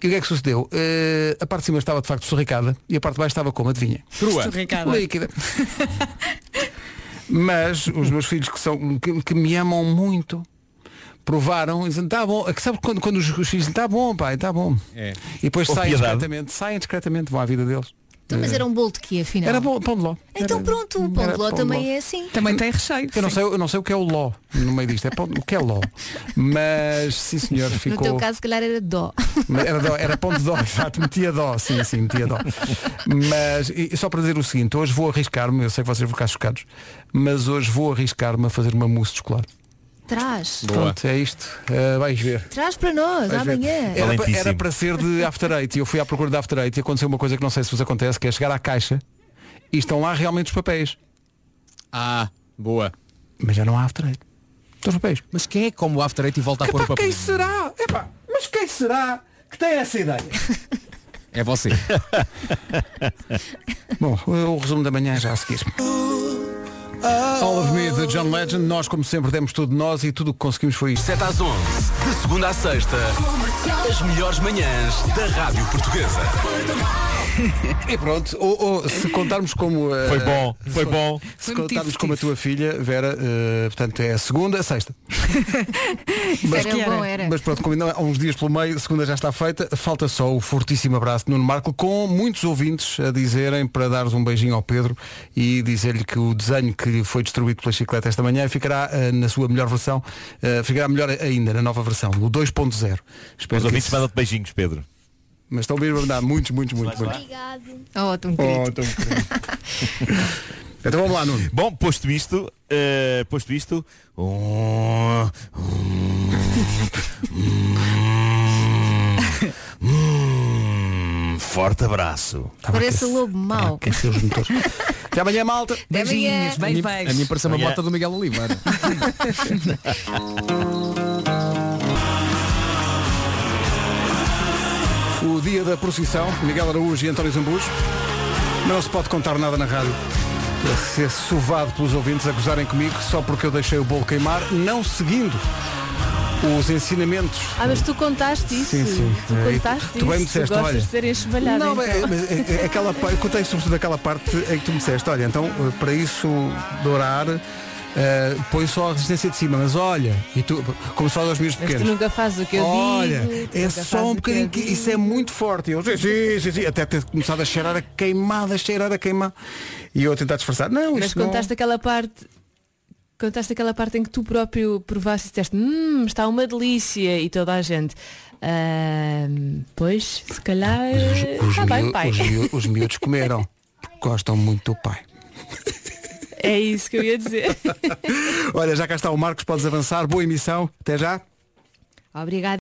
S2: E o que é que sucedeu? Eh, a parte de cima estava de facto surricada e a parte de baixo estava como, adivinha?
S10: Crua.
S4: Ricardo.
S2: Líquida. Mas os meus filhos que, são, que, que me amam muito provaram e dizem, tá bom, É que sabe quando, quando os, os filhos dizem, tá bom pai, tá bom.
S10: É.
S2: E depois
S3: Ou
S2: saem
S3: piedade.
S2: discretamente, saem discretamente, vão à vida deles.
S5: Então, mas era um bolo de quê, afinal?
S2: Era bom, pão de ló.
S5: Então
S2: Era-
S5: pronto, o pão
S2: era
S5: de ló
S2: pão
S5: também é assim.
S4: Também tem recheio.
S2: Eu não,
S4: sim.
S2: sei, eu não sei o que é o ló no meio disto, é pão, o que é ló. Mas sim senhor,
S5: No
S2: ficou.
S5: teu caso, se calhar era dó.
S2: Mas Era, dó, era ponto de dó, exato, metia dó, sim, sim, metia dó. Mas e- e só para dizer o seguinte, hoje vou arriscar-me, eu sei que vocês vão ficar chocados, mas hoje vou arriscar-me a fazer uma mousse de chocolate.
S5: Traz.
S10: Boa.
S2: Pronto, é isto. Ah, vais ver.
S5: Traz para nós,
S2: Vais ver.
S5: amanhã.
S2: Era, pa-
S3: Valentíssimo.
S2: era para ser de After Eight e eu fui à procura de After Eight e aconteceu uma coisa que não sei se vos acontece, que é chegar à caixa e estão lá realmente os papéis.
S10: Ah, boa.
S2: Mas já não há After Eight. Estão os papéis.
S10: Mas quem é que come o after eight e volta a pôr o
S2: Epá,
S10: papel?
S2: quem será? Epá, mas quem será que tem essa ideia?
S10: É você.
S2: Bom, o resumo da manhã já a seguir. All of Me de John Legend, nós como sempre demos tudo de nós e tudo o que conseguimos foi isto.
S13: 7 às 11, de segunda à sexta, as melhores manhãs da Rádio Portuguesa.
S2: E pronto, ou, ou se contarmos como. eh,
S10: Foi bom,
S2: se
S10: foi
S2: con-
S10: bom.
S2: Se
S4: Foi
S2: contarmos
S4: motivo,
S2: como a tua filha, Vera, eh, portanto é a segunda, a sexta.
S14: Mas,
S4: que
S14: era
S4: era.
S14: bom, era.
S2: Mas pronto, como ainda há uns dias pelo meio, a segunda já está feita, falta só o fortíssimo abraço de Nuno Marco, com muitos ouvintes a dizerem para dares um beijinho ao Pedro e dizer-lhe que o desenho que lhe foi distribuído pela chicleta esta manhã ficará eh, na sua melhor versão, eh, ficará melhor ainda, na nova versão, o 2.0. Espero
S10: Os
S2: que
S10: ouvintes
S2: isso-
S10: mandam-te beijinhos, Pedro.
S2: Mas estão mesmo a mandar muitos, muitos, muitos. muitos. É.
S14: Oh, tão querido.
S2: Então vamos lá, Nuno.
S10: Bom, posto isto, eh, posto isto. um, um, um, um, forte abraço.
S14: Parece o lobo mau.
S2: Aquecer os motores. Até amanhã, malta.
S4: Beijinhos,
S14: amanhã.
S4: bem
S15: A mim
S4: beijos.
S15: pareceu uma
S10: Olha.
S15: bota do Miguel Oliveira.
S2: O dia da procissão, Miguel Araújo e António Zambus. Não se pode contar nada na rádio. A ser sovado pelos ouvintes a gozarem comigo só porque eu deixei o bolo queimar, não seguindo os ensinamentos.
S5: Ah, mas tu contaste isso.
S2: Sim, sim.
S5: Tu
S2: É, e
S5: contaste
S2: tu
S5: isso.
S2: bem me disseste,
S5: gostas
S2: olha.
S5: de ser enxovalhada.
S2: não,
S5: então.
S2: mas, mas é- é aquela parte, eu contei sobretudo aquela parte em que tu me disseste, olha, então eh, para isso dourar, eh, põe só a resistência de cima, mas olha, e tu, como se fala aos meus
S5: Mas tu
S2: pequenos.
S5: nunca fazes o que eu
S2: Olha,
S5: digo. tu
S2: é
S5: nunca fazes
S2: só
S5: o
S2: um
S5: eu
S2: bocadinho que
S5: digo.
S2: isso é muito forte. E Eu, sim, sim, sim, sim, até ter começado a cheirar a queimada, a cheirar a queimar. E eu a tentar disfarçar. Não,
S5: Mas
S2: isto não...
S5: contaste aquela parte. Contaste aquela parte em que tu próprio provaste e disseste Hum, está uma delícia E toda a gente "Ahm, Pois, se calhar Está Tá bem,
S2: miú-
S5: pai
S2: os miú- os miúdos comeram. porque Gostam muito do pai.
S5: É isso que eu ia dizer
S2: Olha, já cá está o Marcos, podes avançar. Boa emissão. Até já.
S5: Obrigada